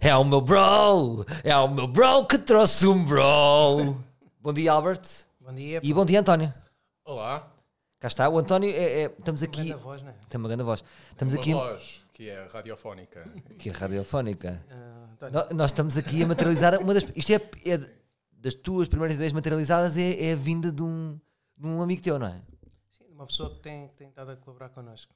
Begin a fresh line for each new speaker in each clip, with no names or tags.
É o meu bro! É o meu bro que trouxe um bro! bom dia, Albert.
Bom dia.
E bom dia, António.
Olá.
Cá está, o António. é- é- estamos aqui.
Grande voz, né?
Tem uma grande voz. Estamos
Uma
aqui.
voz que é radiofónica.
Que é radiofónica.
Ah, António,
No- Nós estamos aqui a materializar uma das. Isto é, é das tuas primeiras ideias materializadas, é, é a vinda de um, de um amigo teu, não é?
sim, uma pessoa que tem, que tem estado a colaborar connosco.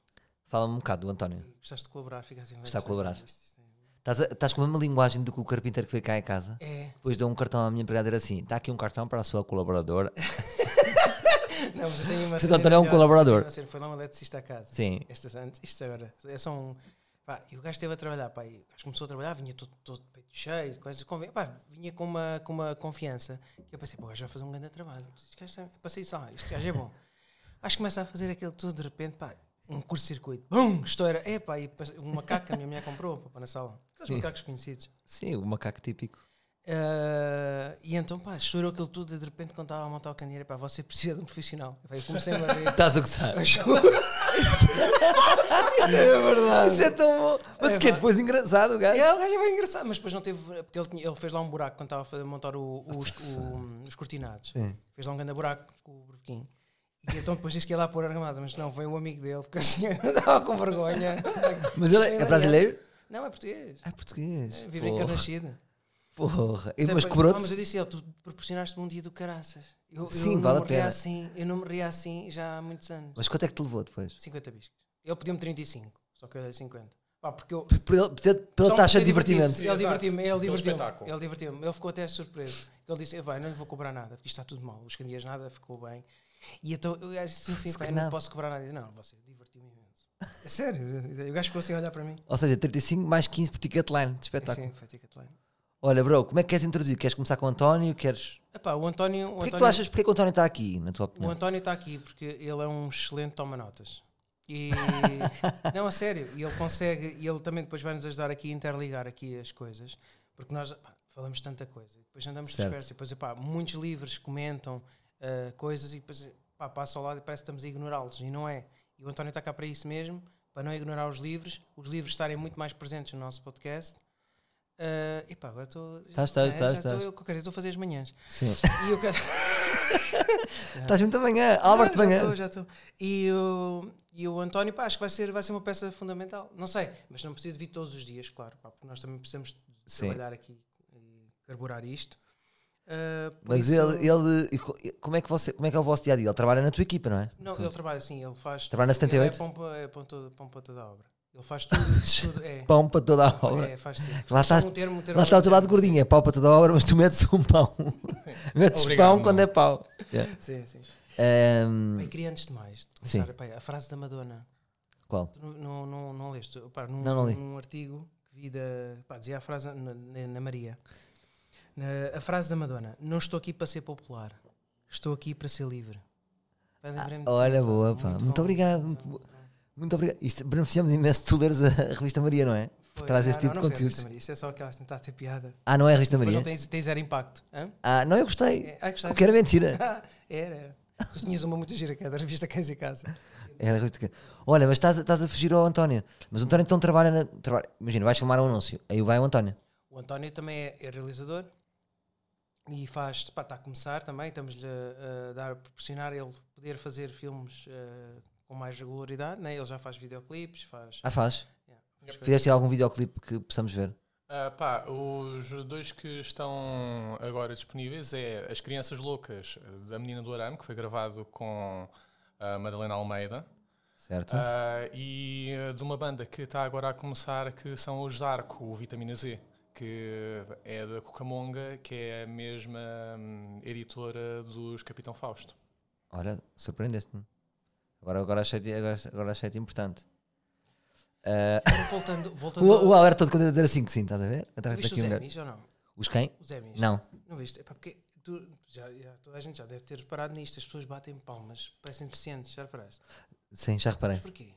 Fala-me um bocado do António.
Gostaste de colaborar? Fica assim.
Gostar de colaborar.
isto- isto
Estás, a- estás com a mesma linguagem do que o carpinteiro que veio cá em casa?
É.
Depois dou um cartão à minha empregadeira assim: está aqui um cartão para a sua colaboradora.
é- Não, mas eu tenho uma
Portanto,
cena
António é um
melhor.
colaborador.
Não sei, Foi lá um eletricista a casa.
Sim.
Esta, antes, isto agora. É só um. Pá, e o gajo esteve a trabalhar, pá, e o gajo começou a trabalhar, vinha todo, todo peito cheio, coisa, conven- pá, vinha com uma, com uma confiança. que eu pensei, pô, o gajo vai fazer um grande trabalho. Este gajo está- Passei isso, ah, este gajo é bom. Acho que começa a fazer aquilo tudo de repente, pá, um curto-circuito. Bum! Estoura, epá, e passa- um macaco que a minha mulher comprou pá, na sala. Aqueles macacos conhecidos.
Sim, o macaco típico.
Ah, e então, pá, estourou aquilo tudo e de repente quando estava a montar o candeeiro, pá, você precisa de um profissional. Pá, eu comecei a rir.
Estás a gozar.
Isto é verdade.
Isso é tão bom. Mas o que é
pá.
depois engraçado, o gajo?
É, o gajo é bem engraçado, mas depois não teve. Porque ele, tinha- ele fez lá um buraco quando estava a fazer- montar o- os, o- os cortinados. Fez lá um grande buraco com o burquinho. E então depois disse que ia lá pôr a armada, mas não, veio o amigo dele, porque a senhora estava com vergonha.
Mas ele é- é brasileiro?
Não, é português.
Ah, É português.
Vive em
Porra.
Carnachida.
Porra. E,
Até
mas
foi-
cobrou
Ah, Mas eu disse a ele, tu proporcionaste-me um dia do caraças. Eu,
Sim,
eu não
vale a
me ria
pena.
Assim, eu não me ria assim já há muitos anos.
Mas quanto é que te levou depois?
50 biscos. Ele pediu-me 35, só que eu dei 50. Pá, porque eu.
Por ele- pela-
só um
Pela
me
taxa de
ter divertido.
divertimento.
Ele
divertido. Exato.
divertiu-me, ele
Aquele
divertiu-me.
espetáculo.
Ele divertiu-me. Ele ficou até surpreso. Ele disse: "Eh, Vai, não lhe vou cobrar nada, porque isto está tudo mal. Os candeeiros nada, ficou bem. E então eu disse: no fim,
Se
pá, eu
calhar.
não posso cobrar nada. Eu, Não, você divertiu-me imenso. É sério, o gajo ficou assim a olhar para mim.
Ou seja, 35 mais 15 por ticket line de espetáculo.
Sim, foi ticket line.
Olha, bro, como é que queres introduzir? Queres começar com o António? Queres...
Epá, o António. O
Porquê que tu
António-
achas porque é que o António está aqui, na tua
O
opinião?
António está aqui porque ele é um excelente toma-notas. E não, a sério, e ele consegue, e ele também depois vai nos ajudar aqui a interligar aqui as coisas, porque nós pá, falamos tanta coisa, e depois andamos
Certo.
dispersos, e depois pá, muitos livros comentam ah, coisas e depois pá, passa ao lado e parece que estamos a ignorá-los, e não é. E o António está cá para isso mesmo, para não ignorar os livros, os livros estarem muito mais presentes no nosso podcast. Ah, e pá, agora estou. eh,
Estás, estás,
já
estás,
estou-
estás.
Eu qualquer dia estou a fazer as manhãs.
Sim.
E eu quero.
Estás muito amanhã, Ah, Álvaro é? de
Não, já
manhã.
estou, já estou. E o, e o António, pá, acho que vai ser, vai ser uma peça fundamental. Não sei, mas não precisa de vir todos os dias, claro, pá, porque nós também precisamos de
Sim.
trabalhar aqui e carburar isto. Ah, por
Mas
isso-
ele, ele e co- e como, é que você, como é que é o vosso dia a dia? Ele trabalha na tua equipa, não é?
Não, ele trabalha assim, ele faz.
Trabalha na
tudo,
78?
Ele é pão pa- é pão todo- pão para toda a obra. Ele faz tudo, tudo é.
Pão para toda a obra.
É, faz tudo.
Lá
Só
estás-
um termo- um termo-
Lá está o teu lado gordinho, é pau para toda a obra, mas tu metes um pão. metes
Obrigado,
pão
não.
quando é pau. Yeah.
Sim, sim.
Ahm,
Bem, queria antes de mais de
Sim.
começar, pá, a frase da Madonna.
qual?
Tu não, não, não, não leste? Pá, num,
Não, não li.
num artigo que vi da. Pá, dizia a frase na, na- na Maria. Na- a frase da Madonna: Não estou aqui para ser popular, estou aqui para ser livre. Pá, lembrei-me de ti,
Ah, Olha,
pá,
boa, pá. Muito,
bom.
obrigado. Muito, bo- muito obrigado. Isto beneficiamos imenso de tu leres a a revista Maria, não é?
Foi.
Traz esse
Ah,
tipo
não,
de
não foi,
conteúdos.
Rita Maria, Isto é só aquelas tentar ter piada.
Ah, não é a revista
Mas não
Maria?
tens, tens zero impacto. hã?
Ah, não, eu gostei.
É, ah, gostaste?
O que era mentira.
Ah, era. Tu tinhas uma muito gira que é da revista Cães e Casa.
Era Rui Tequeiro. Olha, mas estás, a- estás a fugir ao António. Mas o António então trabalha, na, trabalha- Imagina, vais filmar um anúncio. Aí vai o António.
O António também é, é realizador e faz, pá, está a começar também, estamos-lhe a, a dar, a proporcionar ele poder fazer filmes eh, com mais regularidade, né? ele já faz videoclipes, faz...
Ah, faz.
yeah, faz coisas.
Fizeste algum videoclipe que possamos ver?
Ah, pá, os dois que estão agora disponíveis é As Crianças Loucas, da Menina do Arame, que foi gravado com a Madalena Almeida,
Certo?
ah, e ah, de uma banda que está agora a começar, que são os Zarco, o Vitamina Z, que é da Cucamonga, que é a mesma hum, editora dos Capitão Fausto.
Olha, surpreendeste-me. Agora, agora achei-te agora, agora achei importante. Ah,
Agora voltando, voltando
o, o
ao-
Alberto todo contente a dizer assim que sim, estás a ver? Atrás
viste
daqui um
os
gajo.
Emmys ou não?
Os quem?
Os Emmys?
Não.
Não viste? É pá, porque tu, já, já- toda a gente já deve ter reparado nisto, as pessoas batem palmas, parecem deficientes, já reparaste?
Sim, já reparei.
Mas porquê?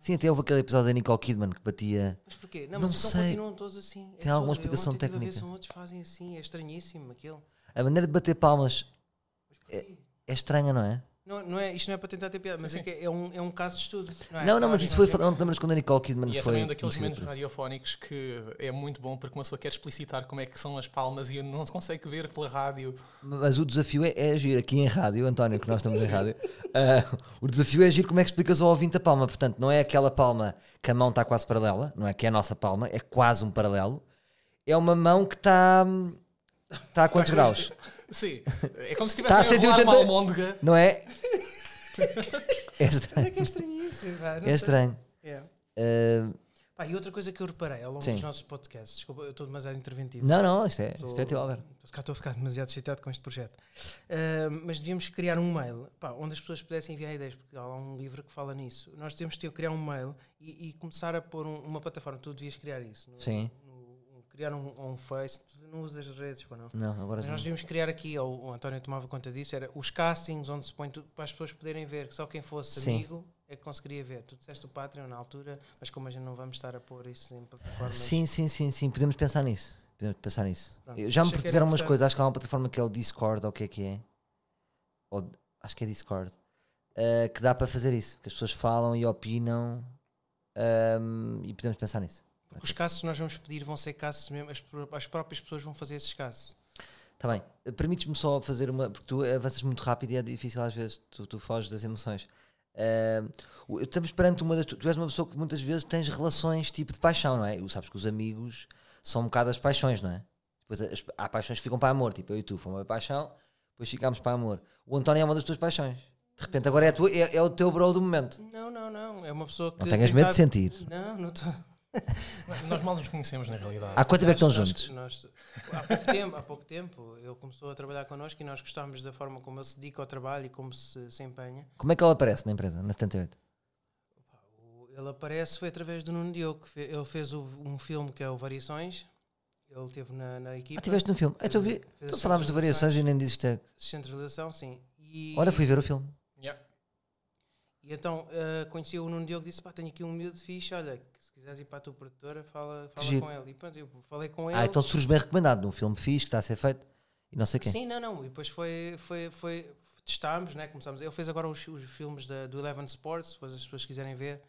Sim, até houve aquele episódio da Nicole Kidman que batia.
Mas porquê? Não,
Não
mas então
sei.
continuam todos assim. É
Tem alguma
todo- eu
explicação
ontem estive a ver
técnica?
se outros fazem assim, é estranhíssimo aquilo.
A maneira de bater palmas
Mas porquê?
é estranha, não é?
Não, não é, isto não é para tentar ter piada, mas
sim.
é, que é, um, é um caso de estudo. é?
Não, não, mas
Nós-
isso foi. fa- Não te lembras quando a Nicole Kidman
E é
foi.
também daqueles
conhecida
momentos
por isso?
radiofónicos que é muito bom porque uma pessoa quer explicitar como é que são as palmas e não se consegue ver pela rádio.
Mas o desafio é, é agir aqui em rádio, António, que nós estamos em rádio. ah, o desafio é agir como é que explicas ao ouvinte a palma. Portanto, não é aquela palma que a mão está quase paralela, não é que é a nossa palma, é quase um paralelo. É uma mão que está. hum, Está a quantos graus?
Sim, é como se
Tá a
estivesse a rolar
180.
uma almôndega.
Não é? É estranho.
É que é estranho isso, pá, não
É
sei.
estranho.
É.
Ah,
Pá, e outra coisa que eu reparei ao longo
Sim.
dos nossos podcasts, desculpa, eu estou demasiado interventivo.
não, não, isto é, isto é teu, Albert.
Se calhar estou a ficar demasiado excitado com este projeto. Ah, mas devíamos criar um mail pá, onde as pessoas pudessem enviar ideias, porque há lá um livro que fala nisso. Nós temos que criar um mail e, e começar a pôr um- uma plataforma. Tu devias criar isso. no-
Sim.
no- criar um, um Face. Tu não usas redes, pá, não.
Não, agora
Mas
não.
nós devíamos criar aqui, ou o António tomava conta disso, era os castings onde se põe tudo para as pessoas poderem ver, que só quem fosse
Sim.
amigo é que conseguiria ver. Tu disseste o Patreon na altura, mas como a gente não vamos estar a pôr isso em plataformas.
Sim, sim, sim, sim, podemos pensar nisso. Podemos pensar nisso.
Pronto.
Eu já me
Achei que era
propuseram umas
importante.
coisas, acho que há uma plataforma que é o Discord, ou o que é que é. Ou- acho que é Discord. eh, que dá para fazer isso, que as pessoas falam e opinam ehm, e podemos pensar nisso.
Porque os casos que nós vamos pedir vão ser casos mesmo, as, pro- as próprias pessoas vão fazer esses casos.
Está bem. Eh, Permites-me só fazer uma. Porque tu avanças muito rápido e é difícil às vezes, tu, tu foges das emoções. Ehm, o- estamos perante uma das. Tu, tu és uma pessoa que muitas vezes tens relações tipo de paixão, não é? O- Sabes que os amigos são um bocado as paixões, não é? Depois as- há paixões que ficam para amor, tipo eu e tu, foi uma paixão, depois ficámos para amor. O António é uma das tuas paixões. De repente agora é, a tua- é- é o teu bro do momento.
Não, não, não. É uma pessoa que.
Não tenhas
tem
medo de
dado-
sentir.
Não, não estou.
Nós mal nos conhecemos na realidade.
Há quanto tempo é que estão
Nós- nós-
juntos?
nós- há, pouco tempo, há pouco tempo ele começou a trabalhar connosco e nós gostávamos da forma como ele se dedica ao trabalho e como se, se empenha.
Como é que ela aparece na empresa, na 78?
O- Ele aparece foi através do Nuno Diogo. que fe- Ele fez o- um filme que é o Variações. Ele teve na, na
Ah,
equipa.
tiveste no filme. Ah, tu vi.
Fez
Tu
as
falámos de variações e nem dizes.
Centralização, sim. E,
Ora, fui ver o filme.
Yeah.
E então eh, conheci o Nuno Diogo e disse: pá, tenho aqui um miúdo fixe, olha, que se quiseres ir para a tua produtora, fala, fala
giro.
com ele. E pronto, eu falei com ele.
Ah, então surge bem recomendado num filme fixe que está a ser feito e não sei quem.
Sim, não, não. E depois foi, foi, foi testámos, né? Começámos. Ele fez agora os, os filmes da, do Eleven Sports, depois as pessoas quiserem ver,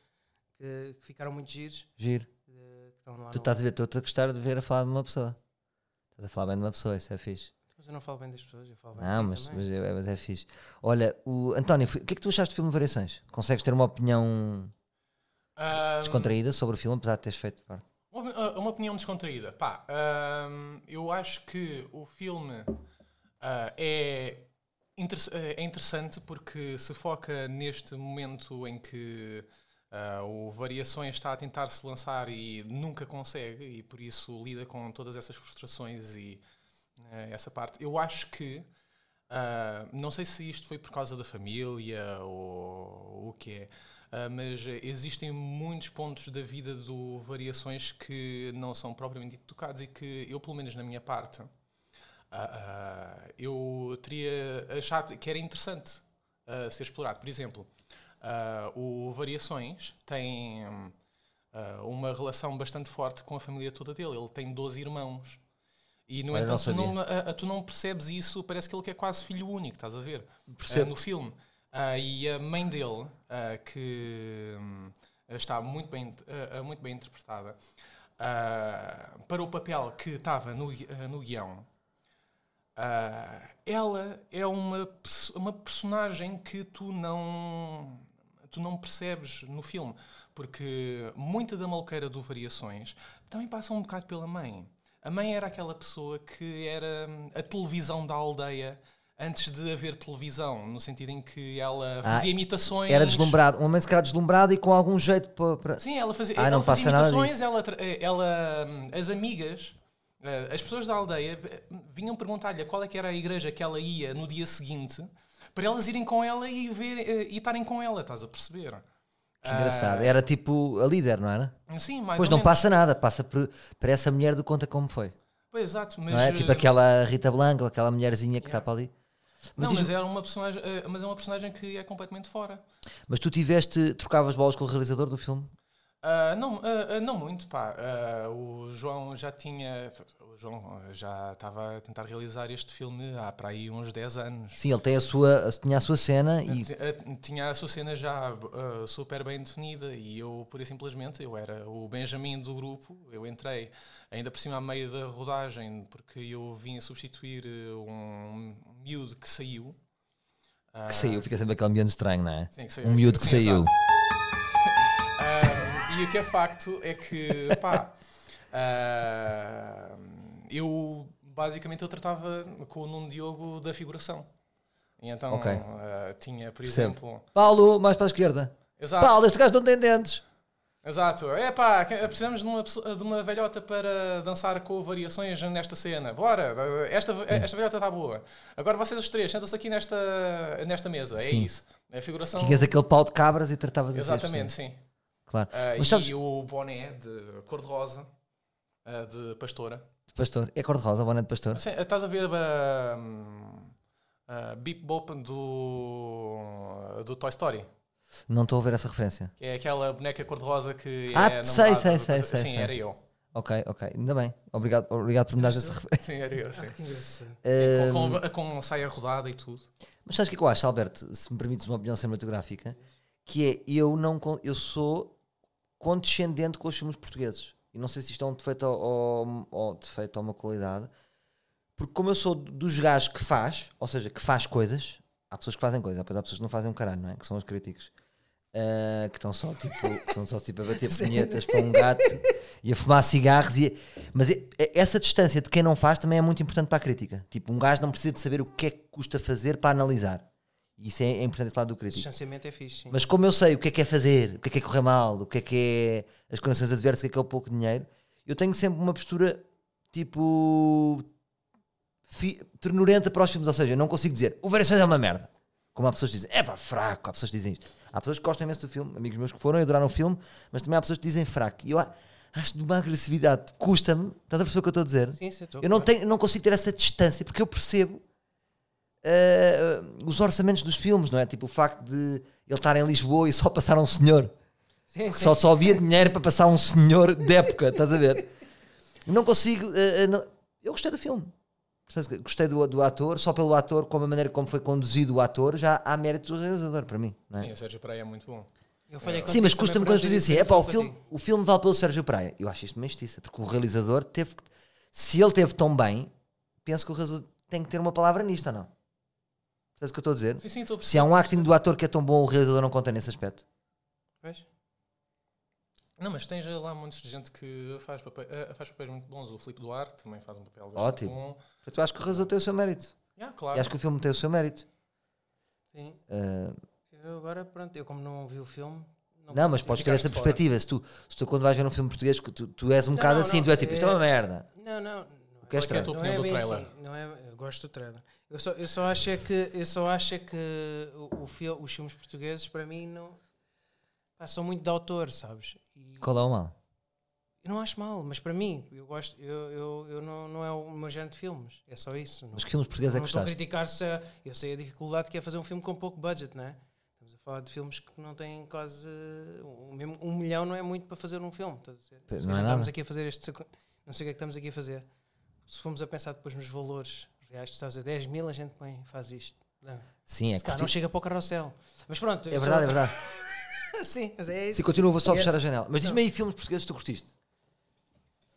que, que ficaram muito giros.
Giro.
eh, que estão lá
Ah,
Tu tá
no-
estás a ver, estou-te a gostar de ver a falar de uma pessoa. Estás a falar bem de uma pessoa, isso é fixe.
Mas eu não falo bem das pessoas, eu falo bem
Não,
de mim
mas,
também.
mas, é, mas é fixe. Olha, o António, o que é que tu achaste do filme Variações? Consegues ter uma opinião
Ah,
descontraída sobre o filme, apesar de teres feito parte?
Uma, ah, uma opinião descontraída. Pá, ahm, eu acho que o filme ah, é, interess- é interessante porque se foca neste momento em que ah, o Variações está a tentar se lançar e nunca consegue, e por isso lida com todas essas frustrações e eh, essa parte. Eu acho que. ah, não sei se isto foi por causa da família ou o que é, ah, mas eh, existem muitos pontos da vida do Variações que não são propriamente tocados e que eu, pelo menos na minha parte, ah, ah, eu teria achado que era interessante ah, ser explorado. Por exemplo, ah, o Variações tem ah, uma relação bastante forte com a família toda dele. Ele tem 12 irmãos. E, no
Olha, não
entanto, tu
sabia.
não, ah, ah, tu não percebes isso. Parece que ele que é quase filho único, estás a ver?
Percebo.
Ah, no filme. Ah, e a mãe dele, ah, que hum, está muito bem, ah, ah, muito bem interpretada, ah, para o papel que estava no, gui- ah, no guião, ah, ela é uma, perso- uma personagem que tu não tu não percebes no filme porque muita da malqueira do Variações também passa um bocado pela mãe a mãe era aquela pessoa que era hum, a televisão da aldeia antes de haver televisão no sentido em que ela
Ah,
fazia imitações
Era deslumbrado, uma mãe se calhar deslumbrada e com algum jeito para. para-
Sim, ela fazia,
Ah,
ela
não
fazia
passa nada
imitações,
disso.
ela, tra- ela, hum, as amigas, eh, as pessoas da aldeia v- eh, vinham perguntar-lhe qual é que era a igreja que ela ia no dia seguinte para elas irem com ela e ver eh, e estarem com ela, estás a perceber? Ah,
Que engraçado. Era tipo a líder, não era?
Sim, Ah. mais
Pois
ou
não
menos.
passa nada, passa por, para essa mulher do Conta Como Foi.
Pois, exato, mas,
Não é? Tipo
eh,
aquela Rita Blanco, aquela mulherzinha que está para ali.
não,
diz-me-
mas, era uma personagem, eh, mas é uma personagem que é completamente fora.
Mas tu tiveste, trocavas bolas com o realizador do filme?
Ah, não, ah, ah, não muito, pá. Ah, o João já tinha. o João eh, já estava a tentar realizar este filme há para aí uns 10 anos.
Sim, ele tem a sua, a- tinha a sua cena e.
Ti- eh, Tinha a sua cena já eh, super bem definida e eu, pura e simplesmente, eu era o Benjamin do grupo. Eu entrei ainda por cima a meio da rodagem porque eu vim substituir eh, um miúdo que saiu. Ah,
Que saiu, fica sempre aquele ambiente estranho, não é?
sim, que saiu.
Um miúdo que
Sim,
saiu.
exato. Ah, e o que é facto é que, pá, ah, eu basicamente eu tratava com o Nuno Diogo da figuração. E então
Ok.
ah, tinha, por
Percebo.
exemplo.
Paulo, mais para a esquerda.
Exato,
Paulo, este gajo não tem dentes.
exato. É pá, que- precisamos de uma, pessoa- de uma velhota para dançar com variações nesta cena. Bora, eh, esta, esta velhota está boa. Agora vocês os três, sentam-se aqui nesta, nesta mesa. É
Sim.
isso. É a figuração.
Tinhas aquele pau de cabras e tratavas de
Exatamente, sim.
Claro.
Ah,
Mas sabes,
E o boné de cor-de-rosa, ah, de pastora.
pastor, é cor-de-rosa, boné de pastor.
Assim, estás a ver a Beep Bop do, do Toy Story?
Não estou a ver essa referência.
Que é aquela boneca cor-de-rosa que
Ah,
é a
sei,
namorada
sei,
do-
sei, sei,
Sim,
sei.
era eu.
Ok, ok. Ainda bem. Obrigado, obrigado por me dar essa referência. Eh,
Sim, era eu, sim.
Que engraçado.
Com, com, com saia rodada e tudo.
Mas sabes o que é que eu acho, Alberto? Se me permites uma opinião cinematográfica, que é eu não con- eu sou condescendente com os filmes portugueses. E não sei se isto é um defeito ou, ou- ou defeito ou uma qualidade, porque como eu sou d- dos gajos que faz, ou seja, que faz coisas, há pessoas que fazem coisas, depois há pessoas que não fazem um caralho, não é? Que são os críticos. Ah, que estão só tipo, que estão só tipo a bater punhetas para um gato e a fumar cigarros. E Mas é- é- essa distância de quem não faz também é muito importante para a crítica. Tipo, um gajo não precisa de saber o que é que custa fazer para analisar. E Isso é, é importante esse lado do crítico.
Distanciamento é fixe. sim.
Mas como eu sei o que é que é fazer, o que é que é correr mal, o que é que é as condições adversas, o que é que é o pouco dinheiro, eu tenho sempre uma postura tipo fi, ternurenta para os filmes. Ou seja, eu não consigo dizer o Variações é uma merda. Como há pessoas que dizem, é pá, fraco. Há pessoas que dizem isto. Há pessoas que gostam imenso do filme, amigos meus que foram e adoraram o filme, mas também há pessoas que dizem fraco. E eu a- acho de uma agressividade, custa-me. Estás a perceber o que eu estou a dizer?
Sim, sim, estou.
Eu não, tenho, não consigo ter essa distância porque eu percebo eh, os orçamentos dos filmes, não é? Tipo o facto de ele estar em Lisboa e só passar um senhor.
Sim,
Que
sim.
só, só havia dinheiro para passar um senhor de época, estás a ver? Eu Não consigo. eh, eh, não- Eu gostei do filme. Percebes que- Gostei do, do ator, só pelo ator, como a maneira como foi conduzido o ator, já há mérito do realizador para mim. Não é?
Sim, o Sérgio Praia é muito bom.
Eu falhei
Sim, mas
contigo
custa-me
também
quando
por
tu
não ter
dizem assim:
dito
é pá, o
contigo.
filme, o filme vale pelo Sérgio Praia. Eu acho isto uma injustiça, porque o realizador teve que. Se ele teve tão bem, penso que o realizador tem que ter uma palavra nisto ou não? Percebes o que eu estou a dizer?
Sim, sim, estou a
Se há um acting do ator que é tão bom, o realizador não conta nesse aspecto.
Pois.
Não, mas tens lá muita gente que faz, papéis- eh, faz papéis muito bons. O Filipe Duarte também faz um papel bastante
Ótimo.
bom.
Portanto, eu acho que o realizador tem o seu mérito.
Yeah, claro.
E acho que o filme tem o seu mérito.
Sim.
Ah,
Eu agora, pronto, eu como não vi o filme.
não, mas
consigo-
podes ter essa
Ficaste fora.
perspectiva. Se tu, se tu quando vais ver um filme português, que tu, tu és um
Não,
bocado
não,
assim,
não,
tu é tipo, isto é uma merda.
Não, não.
O que é
Qual é que é a
estranho.
tua
não
opinião
é
do
bem
trailer?
assim, não é, eu gosto do trailer. Eu só, eu só acho é que, eu só acho é que o, o fil- os filmes portugueses, para mim, não. pá, são muito de autor, sabes? E
Qual é o mal?
eu não acho mal, mas para mim, eu gosto. Eu, eu, eu não, não é o meu género de filmes. É só isso. Não,
Mas que filmes portugueses é
não
que
estou a
gostaste?
criticar se. é- Eu sei a dificuldade que é fazer um filme com pouco budget, não é? Estamos a falar de filmes que não têm quase. Um, mesmo um milhão não é muito para fazer um filme. Estás a dizer?
Pois,
Se
não é
calhar
nada.
Estamos aqui a fazer este. secu- Não sei o que é que estamos aqui a fazer. Se formos a pensar depois nos valores reais, tu estás a dizer 10 mil, a gente põe, faz isto. Não,
Sim, é
se calhar não
curti-
chega para o carrossel. Mas pronto.
É verdade, é verdade.
Sim, mas é isso.
Se continua, vou só
Yes.
fechar a janela. Mas diz-me aí filmes portugueses que tu curtiste.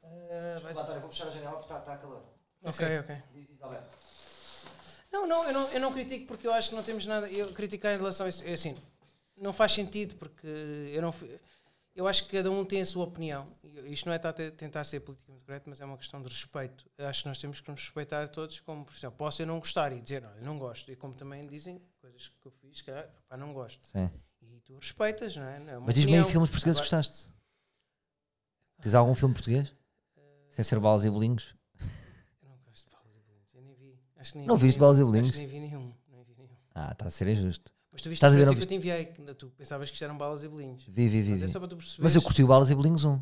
Ah, vai-
vou fechar a janela porque está calor.
ok, ok. Não, não eu, não, eu não critico porque eu acho que não temos nada. Eu criticar em relação a isso, é assim, não faz sentido porque eu não. fui- Eu acho que cada um tem a sua opinião. E Isto não é estar a te- tentar ser politicamente correto, mas é uma questão de respeito. Eu acho que nós temos que nos respeitar todos, como, por exemplo, posso eu não gostar e dizer, olha, não gosto. E como também dizem coisas que eu fiz, que pá, não gosto.
Sim.
E tu respeitas, não é? É uma
Mas diz-me aí
opinião.
filmes portugueses que
Agora-
gostaste. Tens algum filme português? Sem ser Balas e Bolinhos?
Eu não gosto de balas e bolinhos. Eu nem vi. Acho que nem
Não
vi
viste
nenhum.
Balas e
Acho
Bolinhos?
que nem vi nenhum. Nem vi nenhum.
Ah, está a ser injusto.
Mas tu viste
Estás a
a
ver,
ver
não
que eu te enviei, que tu pensavas que isto eram balas e bolinhos.
Vi, vi, vi.
Mas é
vi.
só para tu perceberes.
Uhum. Mas eu curti o Balas e Bolinhos 1.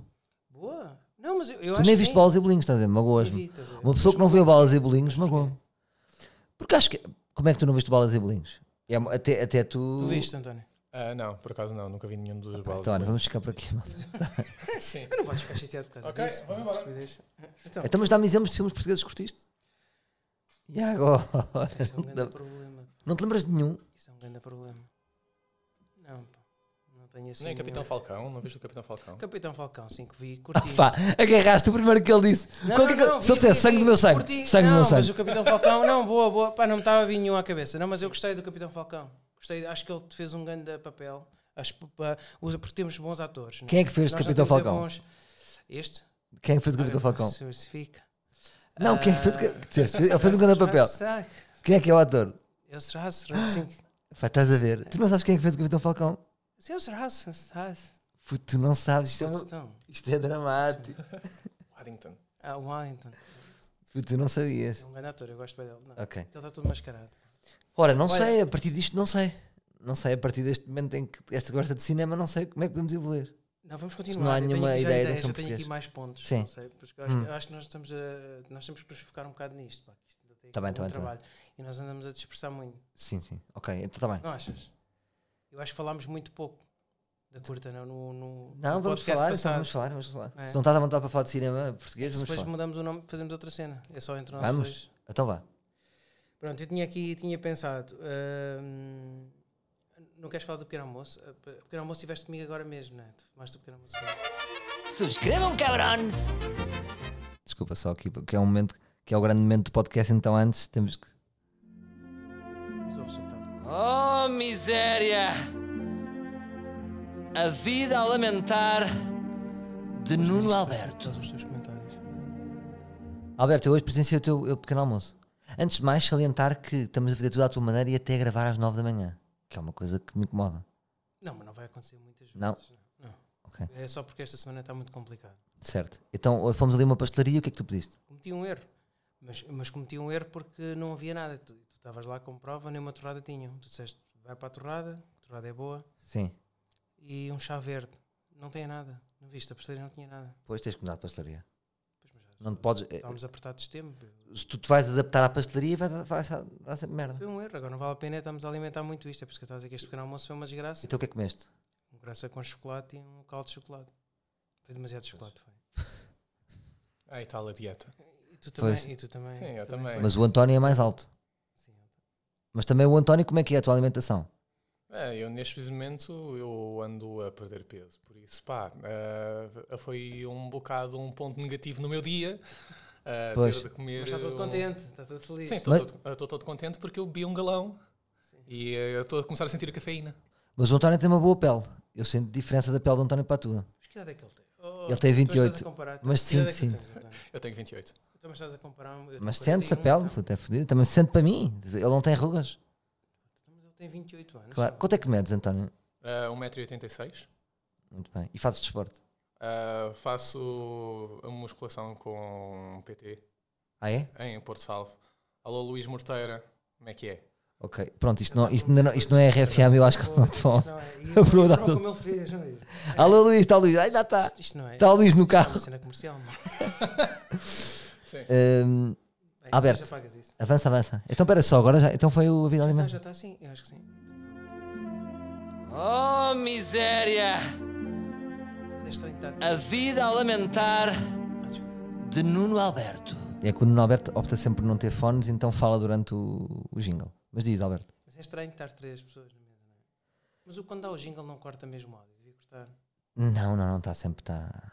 Boa. Não, mas eu, eu
Tu
acho
nem
que é
viste
sim.
Balas e Bolinhos, estás a ver?
Vi,
Magoas-me.
estás a ver.
Uma pessoa que não vê Balas e Bolinhos, magoa-me. Porque acho que. Como é que tu não viste Balas e Bolinhos? É, até, até tu.
Tu viste, António.
Ah, não, por acaso não, nunca vi nenhum dos
Pá,
baldes.
Então, olha, vamos ficar por aqui. malta.
É Sim.
Eu não podes ficar chateado por causa
Ok,
disso.
vamos
pá,
embora.
estupidez. Então,
Então, mas dá-me exemplos de filmes portugueses que curtiste? E agora?
isso é um grande problema.
Não te lembras de nenhum?
Isso é um grande problema. Não, pá. Não tenho assim.
Nem é Capitão
nenhum.
Falcão, não viste o Capitão Falcão?
Capitão Falcão, sim, que vi,
Ah,
curti.
pá, agarraste o primeiro que ele disse.
Não,
Qual que é que-
não, não,
se ele
vi,
disser
vi,
sangue
vi,
do meu sangue,
curti.
sangue do
Não,
meu
Mas
sangue.
o Capitão Falcão, não, boa, boa. Pá, não me estava a vir nenhum à cabeça. Não, mas eu gostei do Capitão Falcão. Gostei, acho que ele fez um grande papel. Acho, que, pá, usa- porque temos bons atores. né?
Quem é que fez de
Nós já
Capitão
temos é
Falcão?
bons- Este?
Quem é fez o Capitão
Olha,
Falcão?
se- se fica.
Não, quem é que fez o
Ah,
que disseste? Ele fez um grande
será-
papel.
será-
Quem é que é o ator?
Eu será, será, sim.
Pá, estás a ver? Tu não sabes quem é que fez o Capitão Falcão?
Eu será, será.
Puto, tu não sabes. Isto é, uma-
Então,
isto é dramático.
Paddington.
ah, o Wellington.
Puto, tu não sabias.
É um grande ator, eu gosto bem dele. Não,
Ok.
Ele está todo mascarado.
Ora, não
Olha-
sei, a partir disto não sei. Não sei, a partir deste momento em que esta gosta de cinema, não sei como é que podemos evoluir.
Não, vamos continuar.
não há
Eu tenho
nenhuma
aqui já
ideia de um
ideias,
filme
eu tenho
português.
aqui mais pontos.
Sim.
Não sei, porque eu acho,
Hum.
eu acho que nós, estamos a- nós temos que nos focar um bocado nisto. Pá, que isto ainda tem
Tá bem,
aqui
tá
um
bem, tá bem.
trabalho. E nós andamos a dispersar muito.
Sim, sim. Ok, então está bem.
Não achas? Eu acho que falámos muito pouco da curta, não? No, no,
Não,
no
vamos
podcast
falar, então
passado.
vamos falar, vamos falar.
É.
Se não estás à vontade para falar de cinema português,
Se
vamos
depois
falar.
mudamos o nome, fazemos outra cena. É só entre nós
Vamos.
dois.
Então vá.
Pronto, eu tinha aqui, tinha pensado. hum, não queres falar do pequeno almoço? Ah, pe- O pequeno almoço estiveste comigo agora mesmo, não é? Tu fumaste o pequeno almoço. comigo.
Subscrevam, cabrões! Desculpa só aqui, porque é um momento que é o grande momento do podcast, então antes temos que.
Mas ouve-se o que está.
Oh, miséria! A vida a lamentar de Nuno Alberto.
Todos é os teus comentários.
Alberto, eu hoje presenciei o teu o pequeno almoço. Antes de mais, salientar que estamos a fazer tudo à tua maneira e até a gravar às 9 da manhã, que é uma coisa que me incomoda.
Não, mas não vai acontecer muitas vezes.
Não.
Não.
Ok.
É só porque esta semana está muito complicado.
Certo. Então hoje fomos ali a uma pastelaria, o que é que tu pediste?
Cometi um erro. Mas, mas cometi um erro porque não havia nada. Tu tu estavas lá com prova, nem uma torrada tinham. Tu disseste, vai para a torrada, a torrada é boa,
Sim.
e um chá verde. Não tem nada. Não viste, a pastelaria não tinha nada.
Pois tens que mudar de pastelaria.
Pois, mas já
Não te podes. eh,
Estávamos apertados de tempo.
Se tu te vais adaptar à pastelaria, vai, vai, dar sempre merda.
Foi um erro, agora não vale a pena estamos a alimentar muito isto. É por isso que eu estava a dizer que este pequeno almoço foi uma desgraça.
Então o que é que comeste?
Um graça com chocolate e um caldo de chocolate. Foi demasiado chocolate, foi.
Ah, e tal a dieta.
E tu também.
Pois.
E tu também
Sim, eu
tu
também.
foi.
Mas o António é mais alto.
Sim, eu
Mas também o António, como é que é a tua alimentação?
É, eu neste preciso momento eu ando a perder peso, por isso pá, ah, foi um bocado um ponto negativo no meu dia. ah,
Pois.
ter de comer
Mas está todo
um-
contente, é está todo feliz.
Sim,
Mas-
estou todo contente porque eu bebi um galão e eh, eu estou a começar a sentir a cafeína.
Mas o António tem uma boa pele. Eu sinto diferença da pele do António para a tua.
Mas que idade é que ele tem? Oh,
Ele tem
tu estás a
28,
comparar, tu-
mas
que idade
sim,
é que tu tens, António?
Eu tenho 28.
Tu também estás a comparar. eu tenho
Mas sente-se a
41,
pele,
então.
puto, é fodido. Também se sente para mim. Ele não tem rugas.
Mas ele tem 28 anos.
Claro.
não?
Quanto é que medes, António?
Ah, 1,86m.
Muito bem. E fazes desporto?
Ah, faço a musculação com PT
Ah, é?
em Porto Salvo. Alô Luís Morteira, como é que é?
Ok. Pronto, isto não, isto ainda não, isto não é RFM, eu acho que não te falam.
Isto não é. E
A verdade-
foram como ele fez, não é? isto?
Alô, Luís, está o Luís. Ai, Tá lá está.
Isto- Isto não é.
Está o Luís no
isto é
carro.
uma cena comercial. mano.
Sim.
Hum,
Bem,
Alberto.
Já pagas isso.
avança, avança. Então, espera só, agora já. Então foi o A Vida
Ah,
Alimentar.
já está assim? Eu acho que sim.
Oh, miséria!
Mas é estranho estar.
Ah.
Ah,
A vida a lamentar de Nuno Alberto.
É que o Nuno Alberto opta sempre por não ter fones, então fala durante o, o jingle. Mas diz, Alberto.
Mas é estranho estar três pessoas na mesa, não é? Mas o quando dá o jingle não corta mesmo o áudio, devia cortar.
Não, não, não, está sempre. Tá...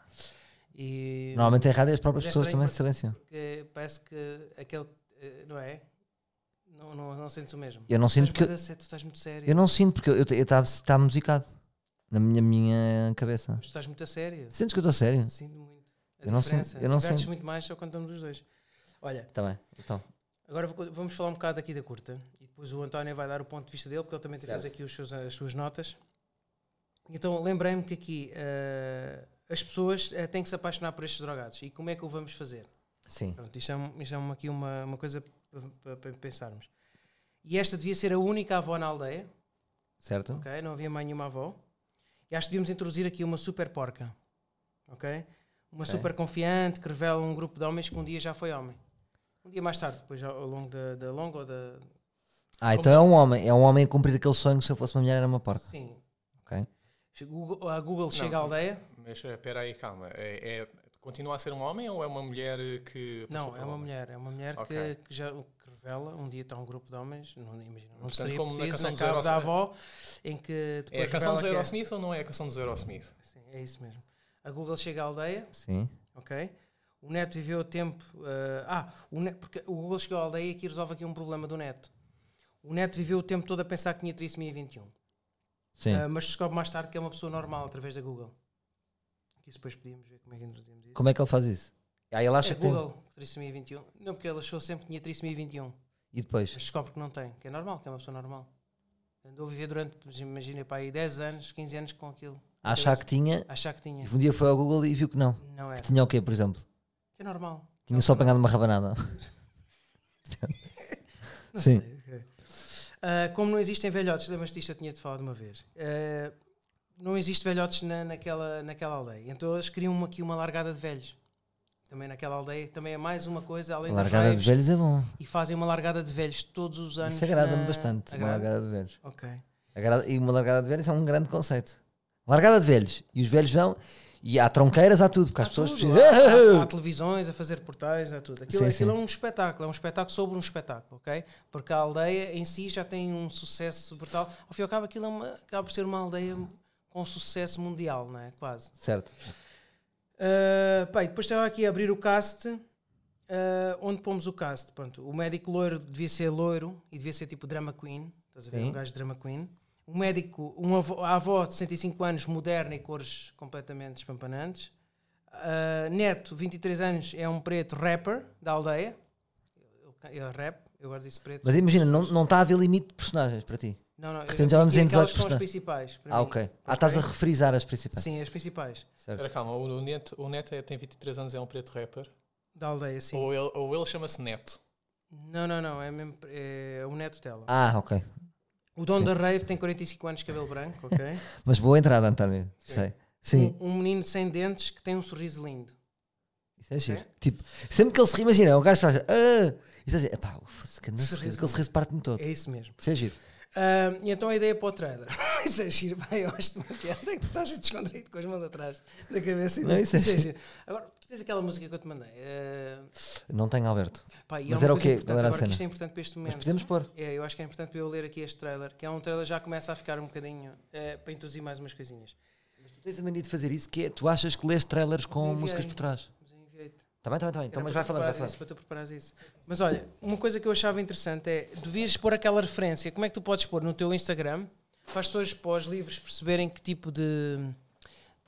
E
Normalmente é errado e as próprias
Mas é
pessoas
estranho
também se
porque-
silenciam.
porque parece que aquele. eh, Não é? Não, não, não sentes o mesmo.
Eu não
Estás
é
sinto que.
bué de sério, Tu estás muito sério.
Eu não sinto, porque eu está musicado na minha, minha cabeça.
Mas tu estás muito a sério.
Sentes que eu estou sério?
Sinto muito. A
Eu não
diferença.
sinto- eu não
Divertes
sinto.
muito mais só quando estamos os dois. Olha,
Está bem, então.
agora vou- vamos falar um bocado aqui da curta e depois o António vai dar o ponto de vista dele, porque ele também fez aqui os seus- as suas notas. Então lembrei-me que aqui eh, as pessoas eh, têm que se apaixonar por estes drogados. E como é que o vamos fazer?
Sim.
Pronto, isto é, um- isto é uma, aqui uma, uma coisa para pensarmos. E esta devia ser a única avó na aldeia,
Certo?
ok? Não havia mais nenhuma avó. E acho que devíamos introduzir aqui uma super porca, ok? Uma super confiante que revela um grupo de homens que um dia já foi homem. Um dia mais tarde, depois ao ao longo da, da longa ou da...
Ah, então é um homem. É um homem a cumprir aquele sonho que se eu fosse uma mulher era uma porca.
Sim,
ok?
Google- a Google chega à aldeia?
Mas eh, espera aí, calma. É, é- continua a ser um homem ou é uma mulher eh, que. passou
Não,
por
é uma
homem?
mulher. É uma mulher
Ok.
que, que já que revela. Um dia está um grupo de homens, não imagino, não
Portanto,
sei
como na
como na
canção dos
casa
Aeros-
da avó, em que depois.
É a canção
revela
dos
que é-
Aerosmith ou não é a canção dos Aerosmith?
Sim, é isso mesmo. A Google chega à aldeia,
Sim.
ok? O Neto viveu o tempo. eh, ah, o Neto, porque o Google chegou à aldeia e aqui resolve aqui um problema do Neto. O Neto viveu o tempo todo a pensar que tinha trissomia 21.
Sim.
Ah, um. mas descobre mais tarde que é uma pessoa normal através da Google. Que isso depois podíamos ver como é que introduzimos isso.
Como é que ele faz isso? Aí ele acha
é
que tem.
Google, trissomia 21. Não, porque ele achou sempre que tinha trissomia 21.
E depois?
Mas descobre que não tem, que é normal, que é uma pessoa normal. Andou a viver durante, imagina, para aí 10 anos, 15 anos com aquilo.
A achar que tinha.
Achar que tinha.
E um dia foi ao Google e viu que não.
Não era.
Que
Que
tinha o quê, por exemplo?
é normal.
Tinha só apanhado uma rabanada.
Não
Sim.
sei, ok. Ah, como não existem velhotes, lembras-te disto? Eu tinha-te falado uma vez. Ah, não existe velhotes na, naquela, naquela aldeia. Então eles criam aqui uma largada de velhos. Também naquela aldeia. Também é mais uma coisa, além da
Largada de velhos é bom.
E fazem uma largada de velhos todos os anos.
Isso agrada-me
na-
bastante. Uma
Agrada?
largada de velhos.
Ok.
Agrada- E uma largada de velhos é um grande conceito. Largada de velhos. E os velhos vão. E há tronqueiras, há tudo. Porque
Há
as pessoas
tudo,
precisam.
há- há- há televisões a fazer portais, há tudo. Aquilo,
Sim,
aquilo
sim.
é um espetáculo, é um espetáculo sobre um espetáculo, ok? Porque a aldeia em si já tem um sucesso brutal. Ao fim e ao cabo, aquilo é uma- acaba por ser uma aldeia com sucesso mundial, não é? Quase.
Certo.
Uh, bem, depois estava aqui a abrir o cast. uh, onde pomos o cast? Pronto, o médico loiro devia ser loiro e devia ser tipo drama queen. Estás a ver?
Sim.
Um gajo de drama queen. O médico, uma avó, a avó de 65 anos, moderna e cores completamente espampanantes. Uh, neto, 23 anos, é um preto rapper da aldeia. Ele, ele rap, eu agora disse preto.
Mas imagina, não, não está a haver limite de personagens para ti.
não, não, eu
repente já vamos
aqui
em
aquelas
18
que são as
personagens.
principais. para
Ah,
mim.
ok. Ah, estás a refrisar as principais.
Sim, as principais
Certo.
Espera, calma. O, o Neto, o Neto é- tem 23 anos, é um preto rapper.
da aldeia, sim.
Ou ele, ou ele chama-se Neto.
Não, não, não, é, mesmo, é o neto dela.
Ah, ok.
O dono
Sim.
da rave tem 45 anos, cabelo branco, ok?
Mas boa entrada, António. Sei. Sim,
Um, um menino sem dentes que tem um sorriso lindo.
isso é giro. Tipo, sempre que ele se ri, imagina, o gajo faz. Ah! Isso é giro. Epá, ufa, que grande sorriso. Aquele sorriso parte-me todo.
É isso mesmo.
Isso é giro.
Ah, e então a ideia para o trailer. isso é giro, pai, eu acho uma piada é que tu estás descontraído com as mãos atrás da cabeça. e
Não, isso é
giro. Agora, tu tens aquela música que eu te mandei. ah,
Não tenho Alberto.
pá, e
Mas
há uma
era o
coisa
quê?
importante
Qual era a
agora, que
cena?
Isto é importante para este
Mas
momento.
podemos pôr.
É, eu acho que é importante para eu ler aqui este trailer, que é um trailer que já começa a ficar um bocadinho eh, para introduzir mais umas coisinhas.
Tu tens a mania de fazer isso, que é tu achas que lês trailers com
Enviei.
músicas por trás.
Mas eu enviei-te.
Está bem, está bem, está bem. Então,
Era
mas
para
vai
tu
falando, vai
preparares
falando.
Isso, para tu preparares isso. Mas olha, uma coisa que eu achava interessante é, devias pôr aquela referência, como é que tu podes pôr no teu Instagram, para as pessoas, para os livros perceberem que tipo de,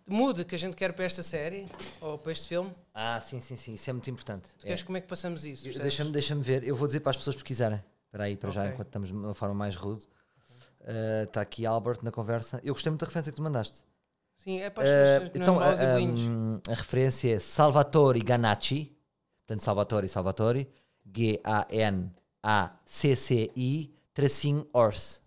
de mood que a gente quer para esta série, ou para este filme,
Ah, sim, sim, sim. Isso é muito importante.
tu
É.
queres como é que passamos isso?
Eu-
percebes?
Deixa-me deixa ver, eu vou dizer para as pessoas pesquisarem. Espera aí, para já,
Ok.
enquanto estamos de uma forma mais rude. Ah, Está aqui Albert na conversa. Eu gostei muito da referência que tu mandaste.
Sim, é para as
Ah,
pessoas que não
então,
é
a,
maus e bolinhos.
a- a referência é Salvatore Ganacci. Portanto, Salvatore, Salvatore. G-A-N-A-C-C-I, tracinho Ors.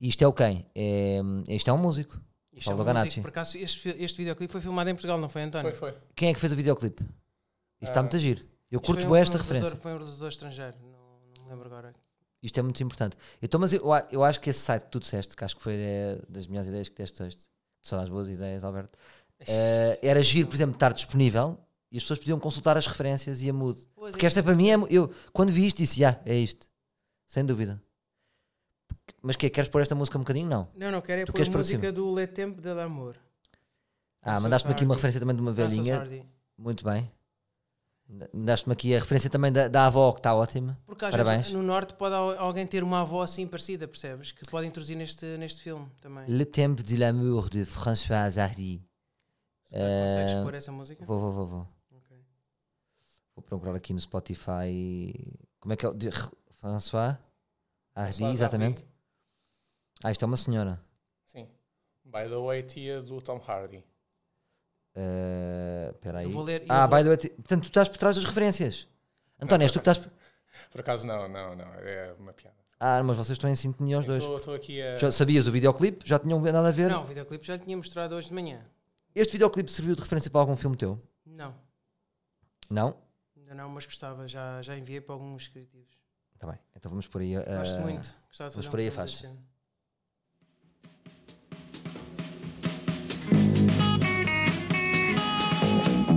Isto é o quem? É, isto é um músico.
Isto é
Paulo
uma música,
Ganacci.
Por acaso, este, fi- este videoclipe foi filmado em Portugal, não foi, António?
Foi, foi.
Quem é que fez o videoclipe? Isto está
Ah.
muito a giro. Eu
Isto
curto
foi um
bué esta
realizador-
referência.
Foi um realizador estrangeiro, não, não me lembro agora.
Isto é muito importante. Então, mas eu, a- eu acho que esse site que tu disseste, que acho que foi eh, das melhores ideias que deste hoje, só das boas ideias, Alberto, eh, era giro, por exemplo, estar disponível e as pessoas podiam consultar as referências e a mood.
Pois é,
Porque esta para mim é. Eu, quando vi isto, disse, já, é isto. Sem dúvida. Mas que é, queres pôr esta música um bocadinho? Não.
Não, não, quero é
Tu
pôr a
queres pôr
música
acima?
do Le Tempo de l'Amour.
Ah,
I'm so
mandaste-me aqui uma
sorry.
referência também de uma
I'm so
velhinha.
sorry.
Muito bem. Mandaste-me aqui a referência também da, da avó, que está ótima.
Porque às
Parabéns.
vezes no norte pode al- alguém ter uma avó assim parecida, percebes? Que pode introduzir neste, neste filme também.
Le Tempo de l'amour de François Hardy.
Consegues
Eh,
pôr essa música?
Vou, vou, vou, vou.
Ok.
Vou procurar aqui no Spotify. Como é que é? o- De, François Hardy,
François
exatamente.
Hardy.
Ah, isto é uma senhora.
Sim. By the way, tia do Tom Hardy.
Eh, Espera aí.
Eu vou ler e
ah,
eu vou-
by the way. ti- Portanto, tu estás por trás das referências. António, és tu que estás.
Por acaso, não, não, não. É uma piada.
Ah, mas vocês estão em sintonia os dois.
Estou aqui a.
Já sabias o videoclipe? Já tinham nada a ver?
Não, o videoclipe já lhe tinha mostrado hoje de manhã.
Este videoclipe serviu de referência para algum filme teu?
Não,
Não?
ainda não, mas gostava. Já, já enviei para alguns criativos.
Está bem. Então Tá vamos por aí. eh,
Gosto muito. Gostava
vamos
de fazer um
por aí a
filme
faixa.
deste género.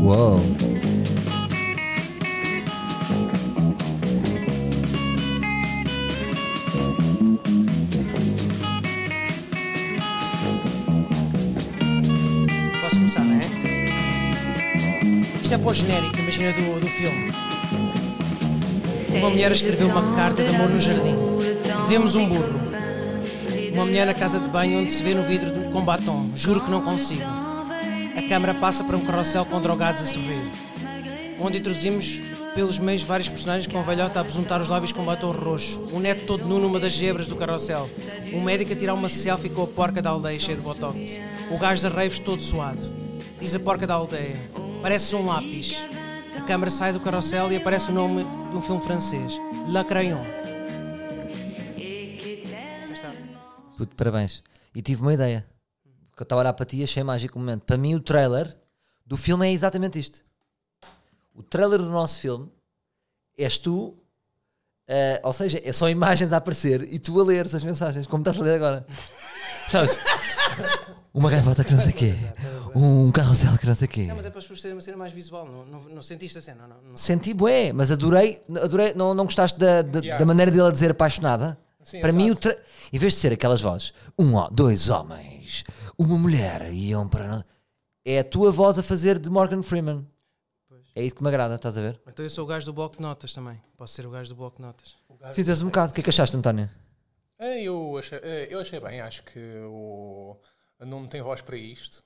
Uou.
Posso começar, não é? Isto é para o genérico, imagina do, do filme.
Uma mulher escreveu uma carta de amor no jardim. Vemos um burro.
Uma mulher na casa de banho onde se vê no vidro do- com batom. Juro que não consigo. A câmara passa para um carrossel com drogados a sorrir. Onde introduzimos pelos meios vários personagens com a velhota a besuntar os lábios com batom roxo. Um neto todo nu numa das gebras do carrossel. Um médico a tirar uma selfie com a porca da aldeia cheia de botox. O gajo da raves todo suado. Diz a porca da aldeia. Parece um lápis. A câmara sai do carrossel e aparece o nome de um filme francês. La Crayon.
Puto, parabéns. E tive uma ideia. Que eu estava a olhar para ti e achei mágico o momento. Para mim, o trailer do filme é exatamente isto. O trailer do nosso filme és tu, eh, ou seja, é só imagens a aparecer e tu a leres as mensagens, como estás a ler agora. Sabes? Uma gaivota que não sei o quê, um carrossel que não sei o quê.
Não, mas é para as pessoas terem uma cena mais visual, não, não, não sentiste a cena, não? não.
Senti bué, mas adorei, adorei não, não gostaste da, da,
Yeah.
da maneira dele a dizer apaixonada?
Sim,
para mim, o
exato.
tra... em vez de ser aquelas vozes, um, ho- dois homens, uma mulher e um para nós, é a tua voz a fazer de Morgan Freeman. É isso que me agrada, estás a ver?
Então eu sou o gajo do bloco de notas também. Posso ser o gajo do bloco de notas.
Sim, tu és um bocado. O que é que achaste, António?
É, Eu achei, é, eu achei bem, acho que o não tem voz para isto.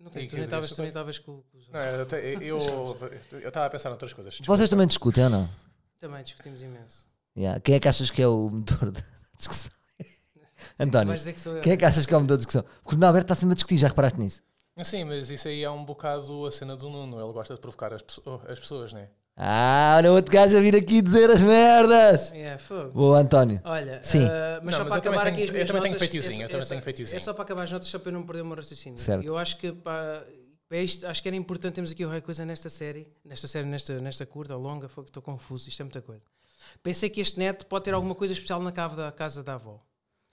Não tem,
E
tu
quer
nem
dizer,
estavas-
esta
tu nem
coisa-
estavas com, com os
Não, eu te- eu eu estava a pensar noutras coisas. desculpa.
Vocês também discutem ou não?
Também discutimos imenso.
Yeah. Quem é que achas que é o motor da discussão? António,
Vais dizer que sou
eh,
eu.
quem é que achas que é o motor da discussão? Porque o Norberto está sempre a discutir, já reparaste nisso?
Sim, mas isso aí é um bocado a cena do Nuno. Ele gosta de provocar as, pesso- as pessoas, não é?
Ah, olha outro gajo a vir aqui dizer as merdas!
É, fogo.
Boa, António.
Olha,
Sim.
ah, mas só
Não, mas
para
eu também
acabar
tenho-
aqui as
eu
minhas
também tenho
notas, é
feitizinho, eu
só-
também
é só-
tenho feitizinho.
É só para acabar as notas, só para eu não perder o meu raciocínio.
Certo.
Eu acho que pá, é isto, acho que era importante termos aqui qualquer coisa nesta série, nesta série, nesta, nesta curta ou longa, foi que estou confuso, isto é muita coisa. Pensei que este neto pode ter alguma coisa especial na cave da casa da avó.